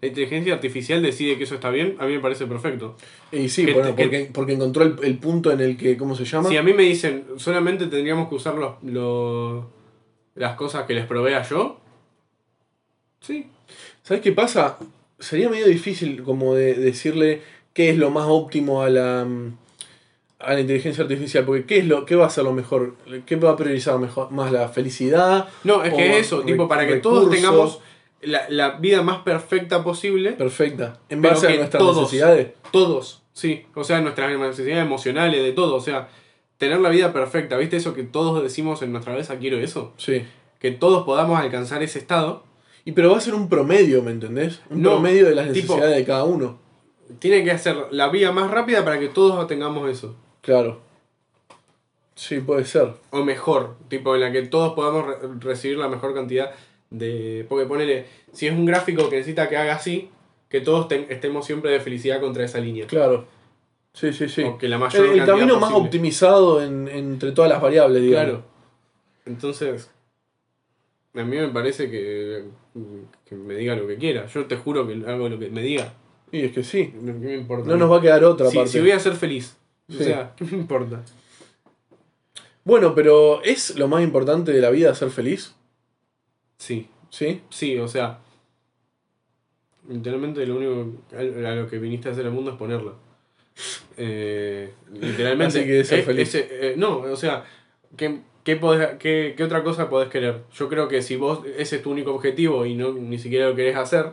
S2: La inteligencia artificial decide que eso está bien, a mí me parece perfecto.
S1: Y sí,
S2: eh, que
S1: bueno,
S2: te- que-
S1: porque, porque encontró el, el punto en el que, ¿cómo se llama?
S2: Si a mí me dicen, solamente tendríamos que usar los, los- las cosas que les provea yo. Sí.
S1: ¿Sabes qué pasa? Sería medio difícil como de decirle qué es lo más óptimo a la, mm, a la inteligencia artificial, porque qué es lo qué va a ser lo mejor, qué va a priorizar mejor, más la felicidad
S2: No, es
S1: O
S2: que es eso,
S1: re-
S2: tipo, para que todos
S1: recursos.
S2: tengamos la, la vida más perfecta posible.
S1: perfecta en
S2: Pero
S1: base a
S2: que
S1: nuestras
S2: todos.
S1: necesidades.
S2: Todos, sí. O sea, nuestras necesidades emocionales, de todo. O sea, tener la vida perfecta. ¿Viste eso que todos decimos en nuestra cabeza? Quiero eso.
S1: Sí.
S2: que todos podamos alcanzar ese estado,
S1: Y pero va a ser un promedio, ¿me entendés? Un
S2: No,
S1: promedio de las
S2: tipo-
S1: necesidades de cada uno.
S2: tiene que hacer la vía más rápida para que todos tengamos eso.
S1: Claro. Sí, puede ser.
S2: O mejor, tipo en la que todos podamos re- recibir la mejor cantidad de... Porque ponele, si es un gráfico que necesita que haga así, que todos ten- estemos siempre de felicidad contra esa línea.
S1: Claro. Sí, sí, sí.
S2: O que la
S1: El,
S2: mayor
S1: el
S2: cantidad
S1: camino más
S2: posible.
S1: optimizado en- entre todas las variables, digamos.
S2: Claro. Entonces, a mí me parece que, que me diga lo que quiera. Yo te juro que hago lo que me diga.
S1: Y es que sí.
S2: ¿Qué me importa?
S1: No nos va a quedar otra
S2: si,
S1: parte.
S2: si voy a ser feliz.
S1: Sí.
S2: O sea, ¿qué me importa?
S1: Bueno, pero ¿es lo más importante de la vida ser feliz?
S2: Sí.
S1: ¿Sí?
S2: Sí, o sea. Literalmente lo único a a lo que viniste a hacer al mundo es ponerla. Eh, literalmente.
S1: Así que ser
S2: eh,
S1: feliz.
S2: ese, eh, no, o sea, ¿qué, qué podés- qué- qué otra cosa podés querer? Yo creo que si vos ese es tu único objetivo y no ni siquiera lo querés hacer,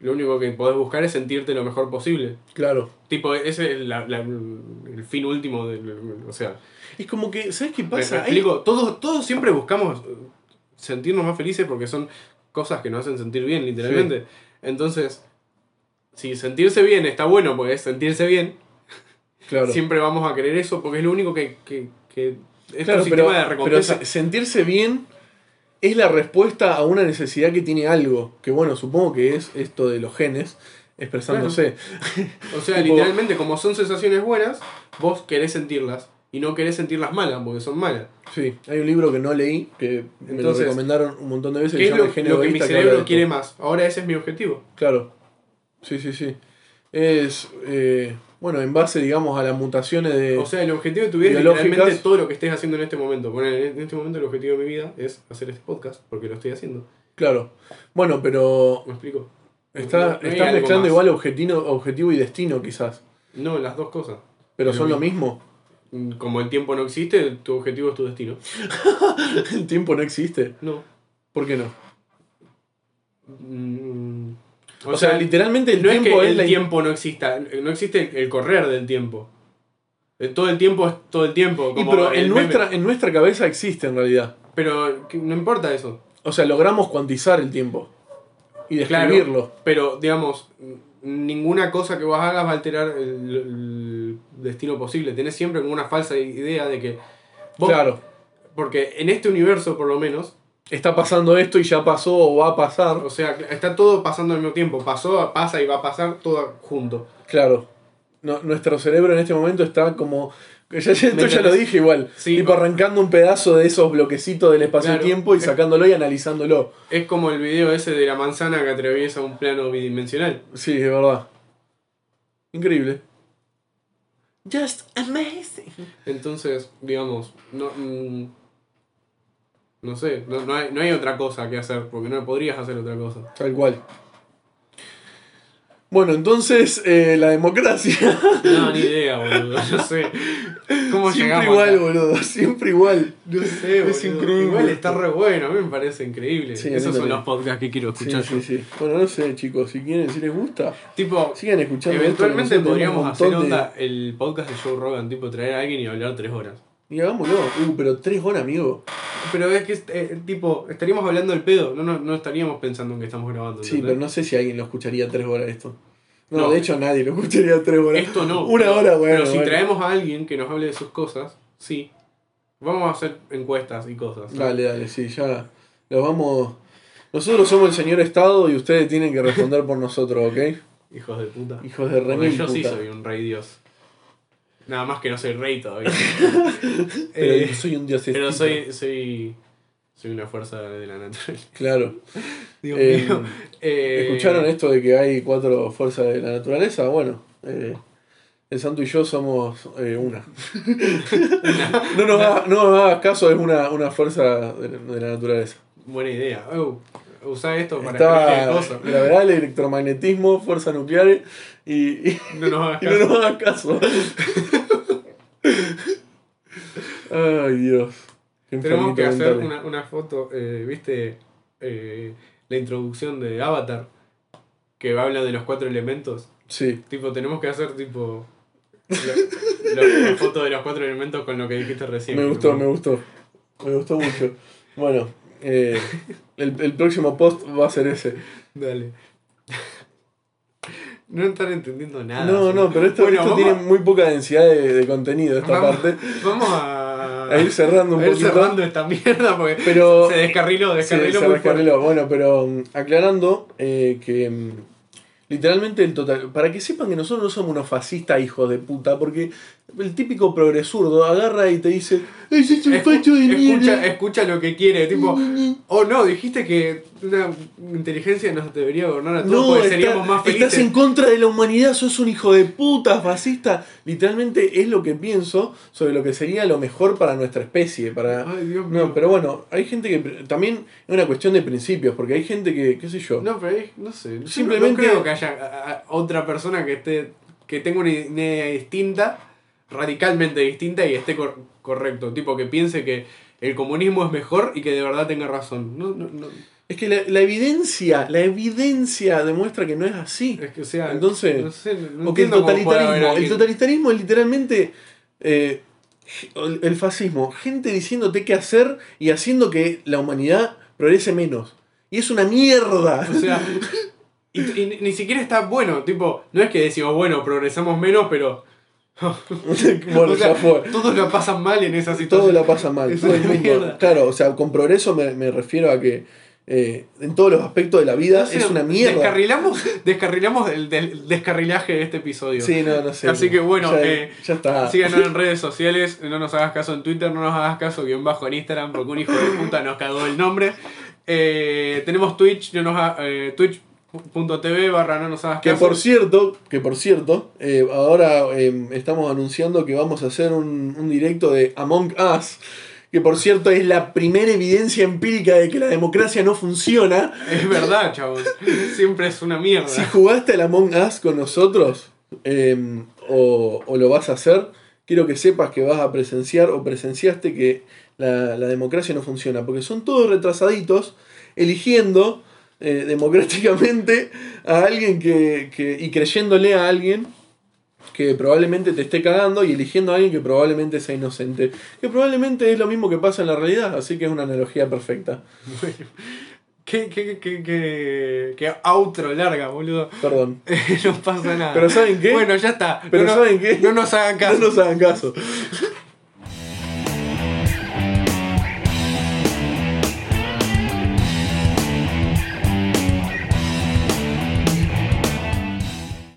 S2: Lo único que podés buscar es sentirte lo mejor posible.
S1: Claro.
S2: Tipo, ese es la- la- el fin último del. O sea,
S1: Es como que, ¿sabes qué
S2: me- me
S1: pasa? Hay-
S2: explico, todos, todos siempre buscamos eh, sentirnos más felices porque son cosas que nos hacen sentir bien, literalmente. Entonces, si sentirse bien está bueno porque es sentirse bien,
S1: claro.
S2: siempre vamos a querer eso porque es lo único que. que, que es
S1: Claro,
S2: un sistema de recompensa.
S1: pero se- sentirse bien es la respuesta a una necesidad que tiene algo. Que bueno, supongo que es esto de los genes expresándose.
S2: O sea,
S1: Tipo-
S2: literalmente, como son sensaciones buenas, vos querés sentirlas y no querés sentirlas malas porque son malas.
S1: Sí, hay un libro que no leí que me lo
S2: Entonces,
S1: recomendaron un montón de veces.
S2: ¿Qué es
S1: llama
S2: lo,
S1: El Genio
S2: lo que mi
S1: Egoísta, habla de
S2: cerebro
S1: esto.
S2: quiere más? Ahora ese es mi objetivo.
S1: Claro. Sí, sí, sí. Es. eh, bueno, en base, digamos, a las mutaciones de.
S2: O sea, el objetivo de tu vida es
S1: Biológicas.
S2: literalmente todo lo que estés haciendo en este momento. Bueno, en este momento el objetivo de mi vida es hacer este podcast porque lo estoy haciendo.
S1: claro. Bueno, pero.
S2: ¿Me explico?
S1: Está,
S2: No hay
S1: estás
S2: algo
S1: mezclando
S2: más.
S1: igual objetivo, objetivo y destino, quizás.
S2: No, las dos cosas.
S1: Pero
S2: Lo
S1: son lo mismo.
S2: Mm, Como el tiempo no existe, tu objetivo es tu destino.
S1: El tiempo no existe.
S2: No.
S1: ¿Por qué no?
S2: Mm,
S1: O, sea, literalmente el
S2: no es
S1: tiempo
S2: que
S1: es,
S2: el
S1: la
S2: tiempo no exista, no existe el- el correr del tiempo. Eh, Todo el tiempo es todo el tiempo.
S1: Y
S2: como
S1: pero
S2: el
S1: en
S2: meme.
S1: nuestra, en nuestra cabeza existe en realidad.
S2: Pero que no importa eso.
S1: O sea, logramos cuantizar el tiempo y
S2: Claro.
S1: describirlo.
S2: Pero, digamos, n- ninguna cosa que vos hagas va a alterar el, el destino posible. Tenés siempre como una falsa idea de que. vos-
S1: Claro.
S2: Porque en este universo, por lo menos,
S1: Está pasando esto y ya pasó o va a pasar.
S2: o sea, está todo pasando al mismo tiempo. Pasó, pasa y va a pasar todo junto.
S1: Claro. No- nuestro cerebro en este momento está como. Ya, ya- esto ya
S2: entendés?
S1: lo dije igual.
S2: Sí,
S1: tipo
S2: o-
S1: arrancando un pedazo de esos bloquecitos del espacio-tiempo y
S2: Claro. Eh.
S1: sacándolo y analizándolo.
S2: Es como el video ese de la manzana que atraviesa un plano bidimensional.
S1: Sí, es verdad. Increíble. Just amazing.
S2: Entonces, digamos, no. mm, no sé, no, no hay, no hay otra cosa que hacer, porque no podrías hacer otra cosa.
S1: Tal cual. Bueno, entonces eh, la democracia.
S2: No, ni idea, boludo, no sé. ¿Cómo
S1: Siempre
S2: llegamos
S1: igual,
S2: acá?
S1: boludo, siempre igual.
S2: No sé,
S1: Es
S2: boludo.
S1: increíble.
S2: Igual está re bueno, a mí me parece increíble.
S1: Sí, a mí
S2: Esos son
S1: también.
S2: los podcasts que quiero
S1: Sí,
S2: escuchar
S1: sí,
S2: yo.
S1: sí. Bueno, no sé, chicos, si quieren, si les gusta,
S2: Tipo,
S1: sigan escuchando. esto,
S2: eventualmente
S1: que nosotros
S2: podríamos
S1: tenemos un
S2: hacer
S1: montón de-
S2: onda el podcast de Joe Rogan, tipo traer a alguien y hablar tres horas.
S1: Y hagámoslo. Uh, pero tres horas, amigo.
S2: Pero es que, eh, tipo, estaríamos hablando del pedo, no, no, no estaríamos pensando en que estamos grabando.
S1: Sí,
S2: ¿entendés?
S1: pero no sé si alguien lo escucharía tres horas esto. No,
S2: No.
S1: de hecho nadie lo escucharía tres horas.
S2: Esto no.
S1: Una
S2: pero-
S1: hora, bueno.
S2: Pero si
S1: bueno.
S2: traemos a alguien que nos hable de sus cosas, sí. Vamos a hacer encuestas y cosas. ¿no?
S1: Dale, dale, sí, ya. Los vamos. Nosotros somos el señor Estado y ustedes tienen que responder por nosotros, ¿ok?
S2: Hijos de puta.
S1: Hijos de
S2: Porque
S1: remil
S2: yo sí
S1: puta.
S2: soy un rey dios. Nada más que no soy rey todavía.
S1: Pero
S2: Eh,
S1: soy un dios
S2: pero soy, soy. Soy una fuerza de la naturaleza.
S1: Claro.
S2: Dios
S1: Eh,
S2: mío. Eh,
S1: ¿Escucharon esto de que hay cuatro fuerzas de la naturaleza? Bueno, eh, el santo y yo somos eh, una. no, nos hagas, no nos hagas caso, es una, una fuerza de, de la naturaleza.
S2: Buena idea. Oh, usá esto para escribir
S1: Estaba
S2: cosas.
S1: gravedad, el electromagnetismo, fuerzas nucleares y, y-
S2: No nos hagas
S1: y no nos hagas
S2: caso.
S1: caso. Ay, Dios. Qué
S2: Tenemos que
S1: enfermito
S2: hacer
S1: mental.
S2: una, una foto, eh, ¿viste? Eh, la introducción de Avatar, que habla de los cuatro elementos.
S1: Sí,
S2: Tipo, tenemos que hacer tipo... lo- lo- la foto de los cuatro elementos con lo que dijiste recién.
S1: me
S2: que
S1: gustó,
S2: me-
S1: me gustó. Me gustó mucho. Bueno, eh, el, el próximo post va a ser ese.
S2: Dale. No están entendiendo nada.
S1: No,
S2: ¿sí?
S1: no, pero esto,
S2: Bueno,
S1: esto
S2: vamos
S1: tiene
S2: a-
S1: muy poca densidad de, de contenido esta
S2: vamos,
S1: parte.
S2: Vamos a...
S1: A ir cerrando un
S2: a ir
S1: poquito.
S2: cerrando esta mierda porque
S1: Pero
S2: se descarriló,
S1: Sí,
S2: descarriló
S1: se
S2: muy fuerte.
S1: descarriló. Bueno, pero mm, aclarando eh, que mm, literalmente el total. Para que sepan que nosotros no somos unos fascistas hijos de puta, porque el típico progresurdo agarra y te dice: Ese es un
S2: Escu-
S1: facho de
S2: escucha,
S1: mierda.
S2: escucha lo que quiere, tipo, oh no, dijiste que una inteligencia nos debería gobernar a todos porque
S1: está-
S2: seríamos más felices.
S1: estás en contra de la humanidad, sos un hijo de puta fascista. Literalmente es lo que pienso sobre lo que sería lo mejor para nuestra especie, para,
S2: Ay, Dios mío.
S1: No, pero bueno, hay gente que pr- también es una cuestión de principios, porque hay gente que, qué sé yo.
S2: No, pero es- no sé. yo no-
S1: Simplemente-
S2: no creo que haya a- a- otra persona que esté que tenga una idea distinta, radicalmente distinta y esté cor- correcto. Tipo, que piense que el comunismo es mejor y que de verdad tenga razón. No, no, no.
S1: Es que la, la evidencia, la evidencia demuestra que no es así.
S2: Es que, o sea,
S1: Entonces,
S2: no sé, no
S1: o que el
S2: entiendo cómo puede haber
S1: totalitarismo. El
S2: alguien-
S1: totalitarismo es literalmente eh, el- el fascismo. Gente diciéndote qué hacer y haciendo que la humanidad progrese menos. Y es una mierda.
S2: O sea, y, y ni- ni siquiera está bueno, tipo, no es que decimos, bueno, progresamos menos, pero
S1: bueno,
S2: o sea,
S1: ya fue.
S2: todos la pasan mal en esa
S1: Todo
S2: situación.
S1: la pasa mal.
S2: Es
S1: todo el
S2: una
S1: mundo.
S2: mierda.
S1: Claro, o sea, con progreso me, me refiero a que eh, en todos los aspectos de la vida
S2: O sea,
S1: es una mierda.
S2: Descarrilamos, descarrilamos el del descarrilaje de este episodio.
S1: Sí, no, no sé.
S2: Así que bueno,
S1: ya,
S2: eh,
S1: ya está.
S2: Síganos en redes sociales, no nos hagas caso en Twitter, no nos hagas caso guión bajo en Instagram, porque un hijo de puta nos cagó el nombre. Eh, tenemos Twitch, no nos ha- eh, twitch.tv barra no nos hagas
S1: Que
S2: caso.
S1: por cierto, que por cierto, eh, ahora eh, estamos anunciando que vamos a hacer un, un directo de Among Us, que por cierto es la primera evidencia empírica de que la democracia no funciona.
S2: Es verdad, chavos. Siempre es una mierda.
S1: Si jugaste al Among Us con nosotros eh, o, o lo vas a hacer, quiero que sepas que vas a presenciar o presenciaste que la, la democracia no funciona, porque son todos retrasaditos eligiendo eh, democráticamente a alguien que, que- y creyéndole a alguien que probablemente te esté cagando y eligiendo a alguien que probablemente sea inocente, que probablemente es lo mismo que pasa en la realidad, así que es una analogía perfecta.
S2: Qué, qué, qué, qué, qué outro larga, boludo.
S1: Perdón.
S2: no pasa nada.
S1: Pero ¿saben qué?
S2: Bueno, ya está.
S1: Pero
S2: no, no-
S1: ¿saben qué?
S2: No nos hagan caso.
S1: No nos hagan caso.